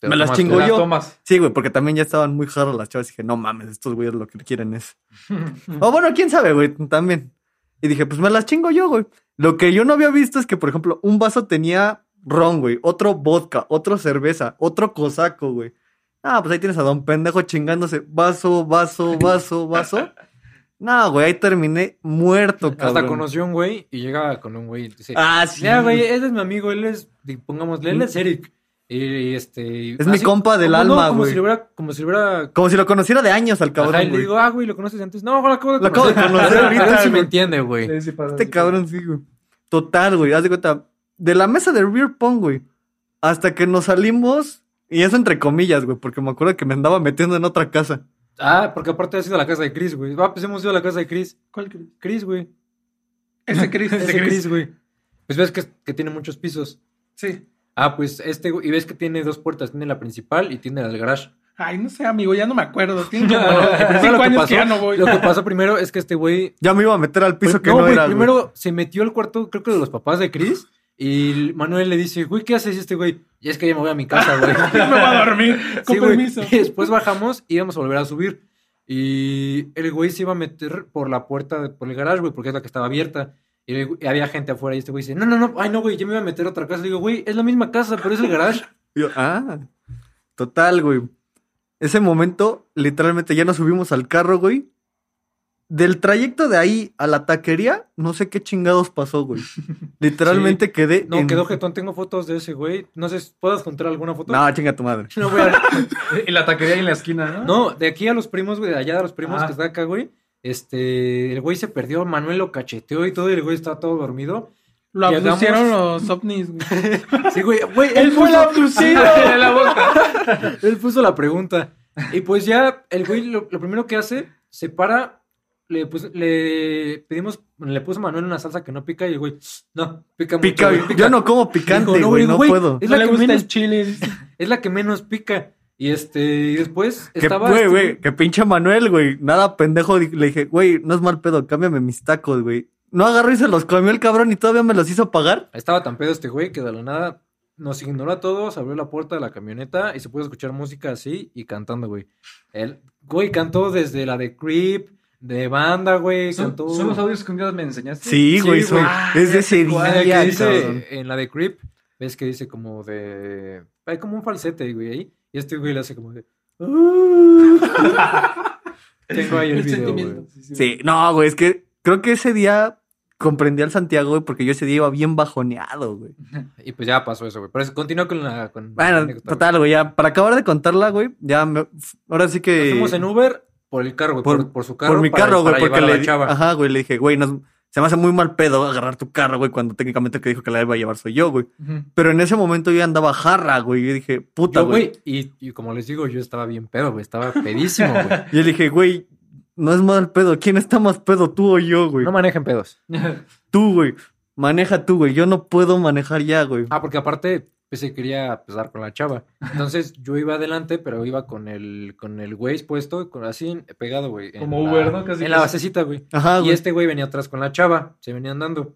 Te me las tomaste. chingo Te las yo. tomas. Sí, güey, porque también ya estaban muy jarras las chavas. Y dije, no mames, estos güeyes lo que quieren es. o bueno, quién sabe, güey, también. Y dije, pues me las chingo yo, güey. Lo que yo no había visto es que, por ejemplo, un vaso tenía ron, güey, otro vodka, otro cerveza, otro cosaco, güey. Ah, pues ahí tienes a don pendejo chingándose vaso, vaso, vaso, vaso. No, güey, ahí terminé muerto, cabrón. Hasta conoció un güey y llega con un güey y dice, Ah, sí. ya, güey, eh, ese es mi amigo, él es, di- pongámosle, él es Eric. Y, y este... Es mi compa del como- no, alma, como güey. si lo hubiera... Como si lo hubiera... Como si lo conociera de años al cabrón, Ajá, y le güey. digo, ah, güey, ¿lo conoces de antes? No, lo acabo de Lo acabo [laughs] de conocer A ver ahorita, si me güey. entiende, güey. Sí, sí pasa, sí Este pasa. cabrón sí, güey. Total, güey. Haz de cuenta. De la mesa de beer pong, güey. Hasta que nos salimos. Y eso entre comillas, güey. Porque me acuerdo que me andaba metiendo en otra casa. Ah, porque aparte ha sido a la casa de Chris, güey. Ah, pues hemos ido a la casa de Chris. ¿Cuál crees? Chris, [laughs] güey. Ese Chris. Ese ese Chris. Chris, güey. Pues ves que, que tiene muchos pisos. Sí. Ah, pues este, güey- y ves que tiene dos puertas, tiene la principal y tiene la del garage. Ay, no sé, amigo, ya no me acuerdo. Tiene [laughs] como Primero cinco lo que años pasó- que ya no voy. [laughs] Lo que pasó primero es que este güey. Ya me iba a meter al [laughs] piso Pues, que no, güey, era. güey. primero se metió al cuarto, creo que de los papás de Chris. Y Manuel le dice, güey, ¿qué haces? Y este güey, ya es que ya me voy a mi casa, güey. [laughs] [laughs] me voy a dormir. Con Sí, güey. [laughs] permiso. Y después bajamos y íbamos a volver a subir. Y el güey se iba a meter por la puerta, de- por el garage, güey, porque es la que estaba abierta. Y, el- y había gente afuera y este güey dice, no, no, no, ay, no, güey, yo me iba a meter a otra casa. Le digo, güey, es la misma casa, pero es el garage. Yo, ah, total, güey. Ese momento, literalmente, ya nos subimos al carro, güey. Del trayecto de ahí a la taquería, no sé qué chingados pasó, [laughs] güey. Literalmente quedé. No, en- quedó jetón, tengo fotos de ese güey. No sé, ¿puedo juntar alguna foto? No, chinga tu madre. [laughs] No, güey, En la taquería y en la esquina, ¿no? no, de aquí a los primos, güey, de allá a los primos Ah. que está acá, güey. Este, el güey se perdió, Manuel lo cacheteó y todo, y el güey estaba todo dormido. Lo Llegamos- abducieron los ovnis, [laughs] güey. Sí, güey, güey, él, Él fue el puso- abducido. De la boca. Él puso la pregunta. Y pues ya, el güey lo, lo primero que hace, se para, le, pus- le pedimos, le puso Manuel una salsa que no pica y el güey, no, pica mucho. Pica, güey, güey. pica". Yo no como Dijo, picante, "No, güey, güey, no güey, puedo. Es no la le que gusta menos- el chile. dice. [laughs] Es la que menos pica. Y este, y después Que, estaba. güey, este- güey, que pinche Manuel, güey. Nada pendejo. di- Le dije, güey, no es mal pedo, cámbiame mis tacos, güey. No agarró y se los comió el cabrón y todavía me los hizo pagar. Estaba tan pedo este güey que de la nada nos ignoró a todos, abrió la puerta de la camioneta y se pudo escuchar música así y cantando, güey. El güey cantó desde la de Creep, de banda, güey. ¿Son, Cantó. son los audios que un día me enseñaste. Sí, Sí, güey, son- güey. es de ese Ah, en la que día, dice- cabrón. en la de Creep, ves que dice como de. Hay como un falsete, güey, ahí. Y este güey le hace como de. "Ah". [laughs] Tengo ahí el, El video, sentimiento. güey. Sí, no, güey, es que creo que ese día comprendí al Santiago, güey, porque yo ese día iba bien bajoneado, güey. Y pues ya pasó eso, güey. Pero continúa con la. Con la Bueno, anécdota, total, güey, ya, para acabar de contarla, güey, ya, me- ahora sí güey. que... Nos fuimos en Uber por el carro, güey. Por, eh, Por- por su carro. por mi para- carro, güey, para porque llevar a le, la di- chava. ajá, güey, le dije, güey, no- se me hace muy mal pedo agarrar tu carro, güey, cuando técnicamente el que dijo que la iba a llevar soy yo, güey. Ujú. Pero en ese momento yo ya andaba jarra, güey, yo dije, puta, Yo, güey. güey, y, y como les digo, yo estaba bien pedo, güey. Estaba pedísimo, [laughs] güey. Yo le dije, güey, no es mal pedo, ¿quién está más pedo, tú o yo, güey? No manejen pedos. Tú, güey, maneja tú, güey, yo no puedo manejar ya, güey. Ah, porque aparte, pues se quería pesar con la chava. Entonces yo iba adelante, pero iba con el, con el güey puesto, con, así pegado, güey. en Como la- Uber, ¿no? Casi, En la casi. basecita, güey. Ajá, Y Ah, güey. este güey venía atrás con la chava, se venía andando.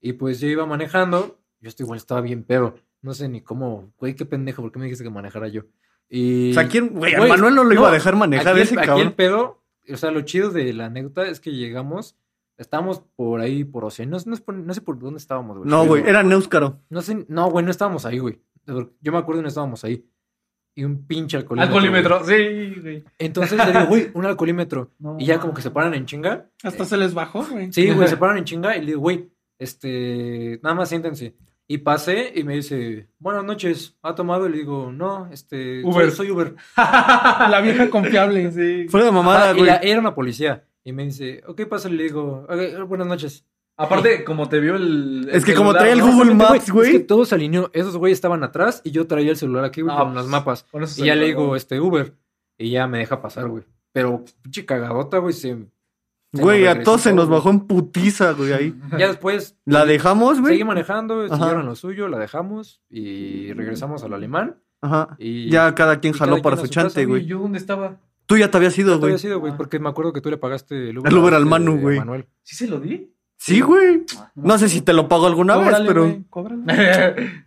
Y pues yo iba manejando, yo este igual estaba bien pedo. No sé ni cómo, güey, qué pendejo, ¿por qué me dijiste que manejara yo? Y... O sea, ¿quién, güey? A Güey, Manuel no lo iba no, a dejar manejar aquí, el- ese aquí cabrón. el pedo, o sea, lo chido de la anécdota es que llegamos, estábamos por ahí, por Oceanos, no, sé por- no sé por dónde estábamos, güey. No, pero- güey, era Néuscaro. No sé, no, güey, no estábamos ahí, güey. Yo me acuerdo que no estábamos ahí. Y un pinche alcoholímetro. Al colímetro. Sí, güey. güey. Entonces le digo, güey, un alcoholímetro. No, Y ya como que se paran en chinga. Hasta se les bajó, güey. Sí, güey, se paran en chinga y le digo, güey, este, nada más siéntense. Y pasé y me dice, buenas noches, ¿ha tomado? Y le digo, no, este, soy- Uber. Soy, Uber. La vieja confiable. Sí. Fuera de mamada, Ah, y güey. la- era una policía. Y me dice, ok, pasa, le digo, "Ok, buenas noches. Aparte, como te vio el. Es que como trae el ¿no? Google Justamente, Maps, güey. Es que todo se alineó. Esos güeyes estaban atrás y yo traía el celular aquí, güey, Ah, con los pues, mapas. Con eso Y se ya le encargó. digo, este, Uber. Y ya me deja pasar, güey. Pero, pinche cagadota, güey. Se, [laughs] se Güey, nos a regresó todos se todo, nos güey. bajó en putiza, güey, ahí. Ya después. La dejamos, güey. Seguí manejando, Ajá. siguieron lo suyo, la dejamos y regresamos al alemán. Ajá. Y Ya cada quien y jaló cada para quien su a su casa, chante, Uy, güey. ¿Yo dónde estaba? Tú ya te habías ido, ¿Qué te güey. había sido, güey? Porque me acuerdo que tú le pagaste el Uber, El Uber al este, Manu, güey. Manuel. ¿Sí se lo di? Sí, güey. Ah, No sé si te lo pago alguna vez, Cóbrale, pero... güey, cóbrale.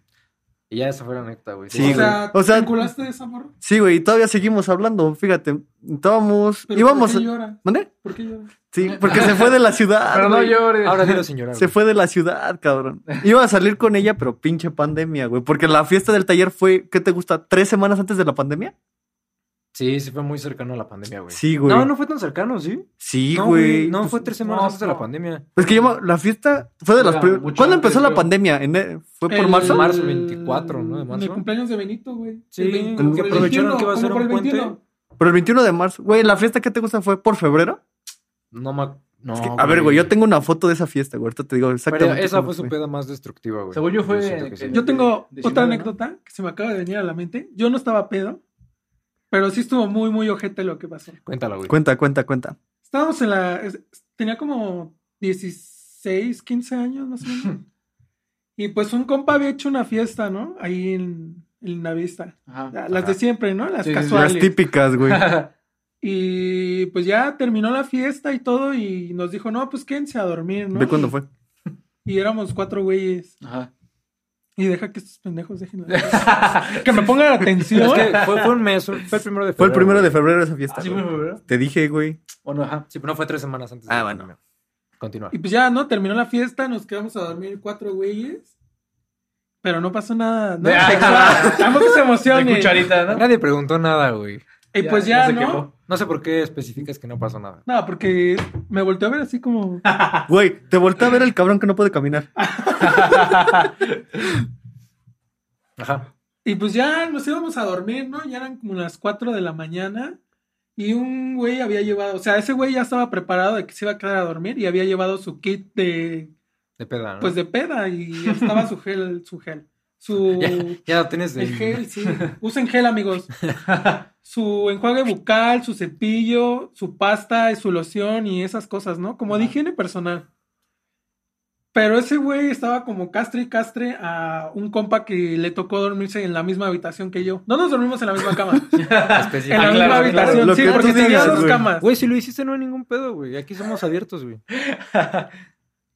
Y ya esa fue la neta, güey. Sí, o sea, güey. O sea- ¿te vinculaste de esa morra? Sí, güey, y todavía seguimos hablando, fíjate. Estábamos... ¿Pero Íbamos... ¿Por a- qué llora? ¿Mande? ¿Por qué llora? Sí, porque se fue de la ciudad, Pero no güey. [laughs] llores. Ahora dilo, señora. Se fue de la ciudad, cabrón. Iba a salir con ella, pero pinche pandemia, güey. Porque la fiesta del taller fue, ¿qué te gusta? ¿Tres semanas antes de la pandemia? Sí, sí fue muy cercano a la pandemia, güey. Sí, güey. No, no fue tan cercano, ¿sí? Sí, no, güey. No, Pues- fue tres semanas no, antes de la no. pandemia. Es que yo me- la fiesta fue de las Era primeras. mucho ¿Cuándo antes, empezó la creo. pandemia? ¿En- e-, ¿Fue por El- marzo? Marzo 24, ¿no? De en marzo. el cumpleaños de Benito, güey. Sí, El veinte- como que por el aprovecharon que iba a 21, ser un como por el puente. 21. Pero el 21 de marzo. Güey, ¿la fiesta que te gusta fue por febrero? No, ma... no Es que- a ver, güey, yo tengo una foto de esa fiesta, güey. Ahorita te digo exactamente. Pero esa cómo fue su peda más destructiva, güey. Según yo fue siento que sí. en- Yo tengo De- de otra Shimano, ¿no? anécdota que se me acaba de venir a la mente. Yo no estaba pedo, pero sí estuvo muy, muy ojete lo que pasó. Cuéntala, güey. Cuenta, cuenta, cuenta. Estábamos en la. es- Tenía como [laughs] 16, 15 años más o menos. Y pues un compa había hecho una fiesta, ¿no? Ahí en, el Navista. Ajá. Las de siempre, ¿no? Las Sí, sí, sí. casuales. Las típicas, güey. Y pues ya terminó la fiesta y todo y nos dijo, no, pues quédense a dormir, ¿no? ¿De cuándo fue? Y éramos cuatro güeyes. Ajá. Y deja que estos pendejos dejen la- que me pongan atención. Es que fue, fue un mes, fue el primero de febrero. Fue el primero de güey. febrero esa fiesta. ¿Así güey. fue en febrero? Te dije, güey. Bueno, ajá. Sí, pero no fue tres semanas antes. Ah, bueno. Continúa. Y pues ya, ¿no? Terminó la fiesta, nos quedamos a dormir cuatro güeyes. Pero no pasó nada. No, [laughs] De- tampoco se De emocionen. cucharita, ¿no? Nadie preguntó nada, güey. Y pues ya, se ¿no? quejó. No, No sé por qué especificas que no pasó nada. porque me volteó a ver así como... Güey, te volteé a ver el cabrón que no puede caminar. Ajá. Y pues ya nos íbamos a dormir, ¿no? Ya eran como las 4 de la mañana. Y un güey había llevado, o sea, ese güey ya estaba preparado de que se iba a quedar a dormir y había llevado su kit de, De peda, ¿no? pues de peda y estaba su gel, su gel, su [laughs] Ya, ya lo tienes de. el gel, [laughs] sí. Usen gel, amigos. Su enjuague bucal, su cepillo, su pasta, su loción y esas cosas, ¿no? Como de higiene personal. Pero ese güey estaba como castre y castre a un compa que le tocó dormirse en la misma habitación que yo. No nos dormimos en la misma cama. específico. en la misma Ah, claro, claro. habitación, Lo sí, que porque tú tenía digas, dos güey. camas. Güey, si lo hiciste no hay ningún pedo, güey. Aquí somos abiertos, güey.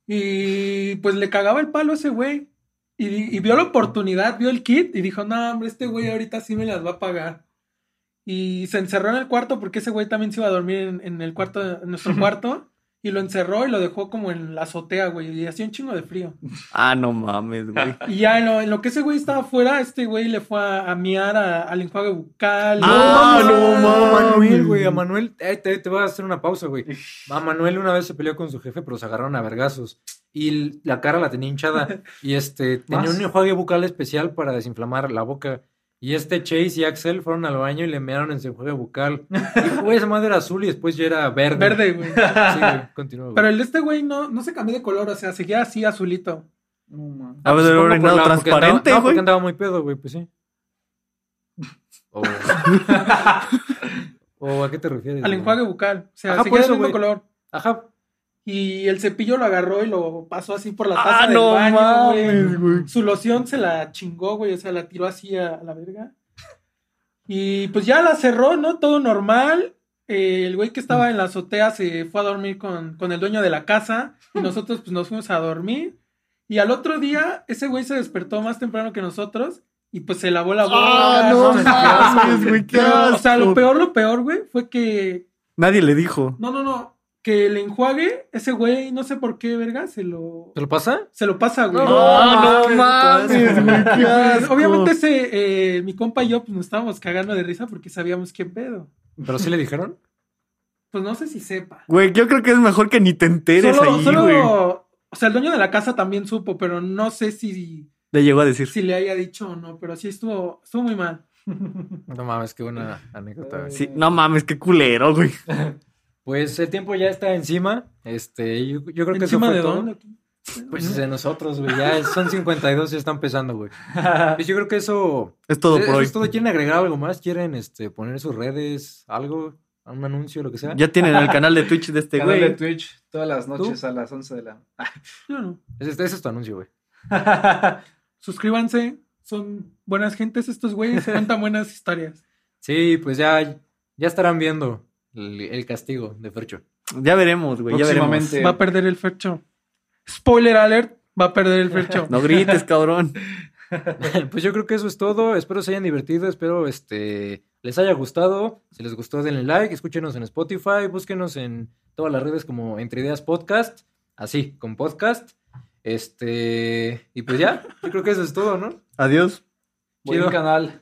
Y pues le cagaba el palo a ese güey. Y, di- y vio la oportunidad, vio el kit y dijo, no, hombre, este güey ahorita sí me las va a pagar. Y se encerró en el cuarto porque ese güey también se iba a dormir en, en el cuarto, en nuestro cuarto. Y lo encerró y lo dejó como en la azotea, güey. Y hacía un chingo de frío. Ah, no mames, güey. Y ya en lo, en lo que ese güey estaba afuera, este güey le fue a, a miar a- al enjuague bucal. Ah, No, no a mames. Manuel, güey. A Manuel, eh, te, te voy a hacer una pausa, güey. A Manuel una vez se peleó con su jefe, pero se agarraron a vergazos. Y l- la cara la tenía [laughs] hinchada. Y este, tenía ¿Más? un enjuague bucal especial para desinflamar la boca. Y este Chase y Axel fueron al baño y le mearon en su enjuague bucal. [laughs] Y, güey, esa madre era azul y después ya era verde. Verde, güey. Sí, güey, continúa, güey. Pero el de este güey no, no se cambió de color, o sea, seguía así azulito. No, man. A ver, Ah, Supongo el por orinado la- porque andaba- transparente, No, porque güey. andaba muy pedo, güey, pues sí. [laughs] O, o Oh. a qué te refieres? Al güey? enjuague bucal. O sea, Ajá, seguía por del eso, mismo güey. color. Ajá. Y el cepillo lo agarró y lo pasó así por la taza Ah, del no baño, güey. mames, güey. Su loción se la chingó, güey. O sea, la tiró así a, a la verga. Y pues ya la cerró, ¿no? Todo normal. Eh, el güey que estaba en la azotea se fue a dormir con, con el dueño de la casa. [laughs] Y nosotros pues nos fuimos a dormir. Y al otro día, ese güey se despertó más temprano que nosotros. Y pues se lavó la boca. Ah, no se- mames, güey. Qué Pero, O sea, lo asco. peor, lo peor, güey, fue que Nadie le dijo. no, no, no. Que el enjuague, ese güey, no sé por qué, verga, se lo, ¿Te lo pasa? se lo pasa, güey. Ah, no mames, güey. Qué Pues, asco. Obviamente ese, eh, mi compa y yo pues, nos estábamos cagando de risa porque sabíamos qué pedo. ¿Pero sí le dijeron? Pues no sé si sepa. Güey, yo creo que es mejor que ni te enteres solo, ahí, solo- güey. o sea, el dueño de la casa también supo, pero no sé si, Le llegó a decir. si le haya dicho o no, pero sí estuvo, estuvo muy mal. No mames, qué buena anécdota, güey. Sí, no mames, qué culero, güey. Pues el tiempo ya está encima. Este, yo, yo creo que eso ¿Encima fue de todo. dónde? Pues de nosotros, güey. Ya son 52 y están pesando, [laughs] güey. Pues yo creo que eso. Es todo eso por hoy. es todo. ¿Quieren agregar algo más? ¿Quieren este, poner sus redes? ¿Algo? ¿Un anuncio? Lo que sea. Ya tienen el canal de Twitch de este Canal de güey. Twitch todas las noches a las 11 de la. Yo no. [laughs] Ese, ese es tu anuncio, güey. Suscríbanse, son buenas gentes estos güeyes, cuentan buenas historias. Sí, pues ya, ya estarán viendo el, el castigo de Fercho. Ya veremos, güey, ya veremos. Próximamente. Sí. Va a perder el fercho. Spoiler alert, va a perder el fercho. No grites, cabrón. [laughs] pues yo creo que eso es todo. Espero se hayan divertido. Espero este, les haya gustado. Si les gustó, denle like. Escúchenos en Spotify. Búsquenos en todas las redes como Entre Ideas Podcast. Así, con podcast. Este. Y pues ya, yo creo que eso es todo, ¿no? Adiós. Buen Chido. canal.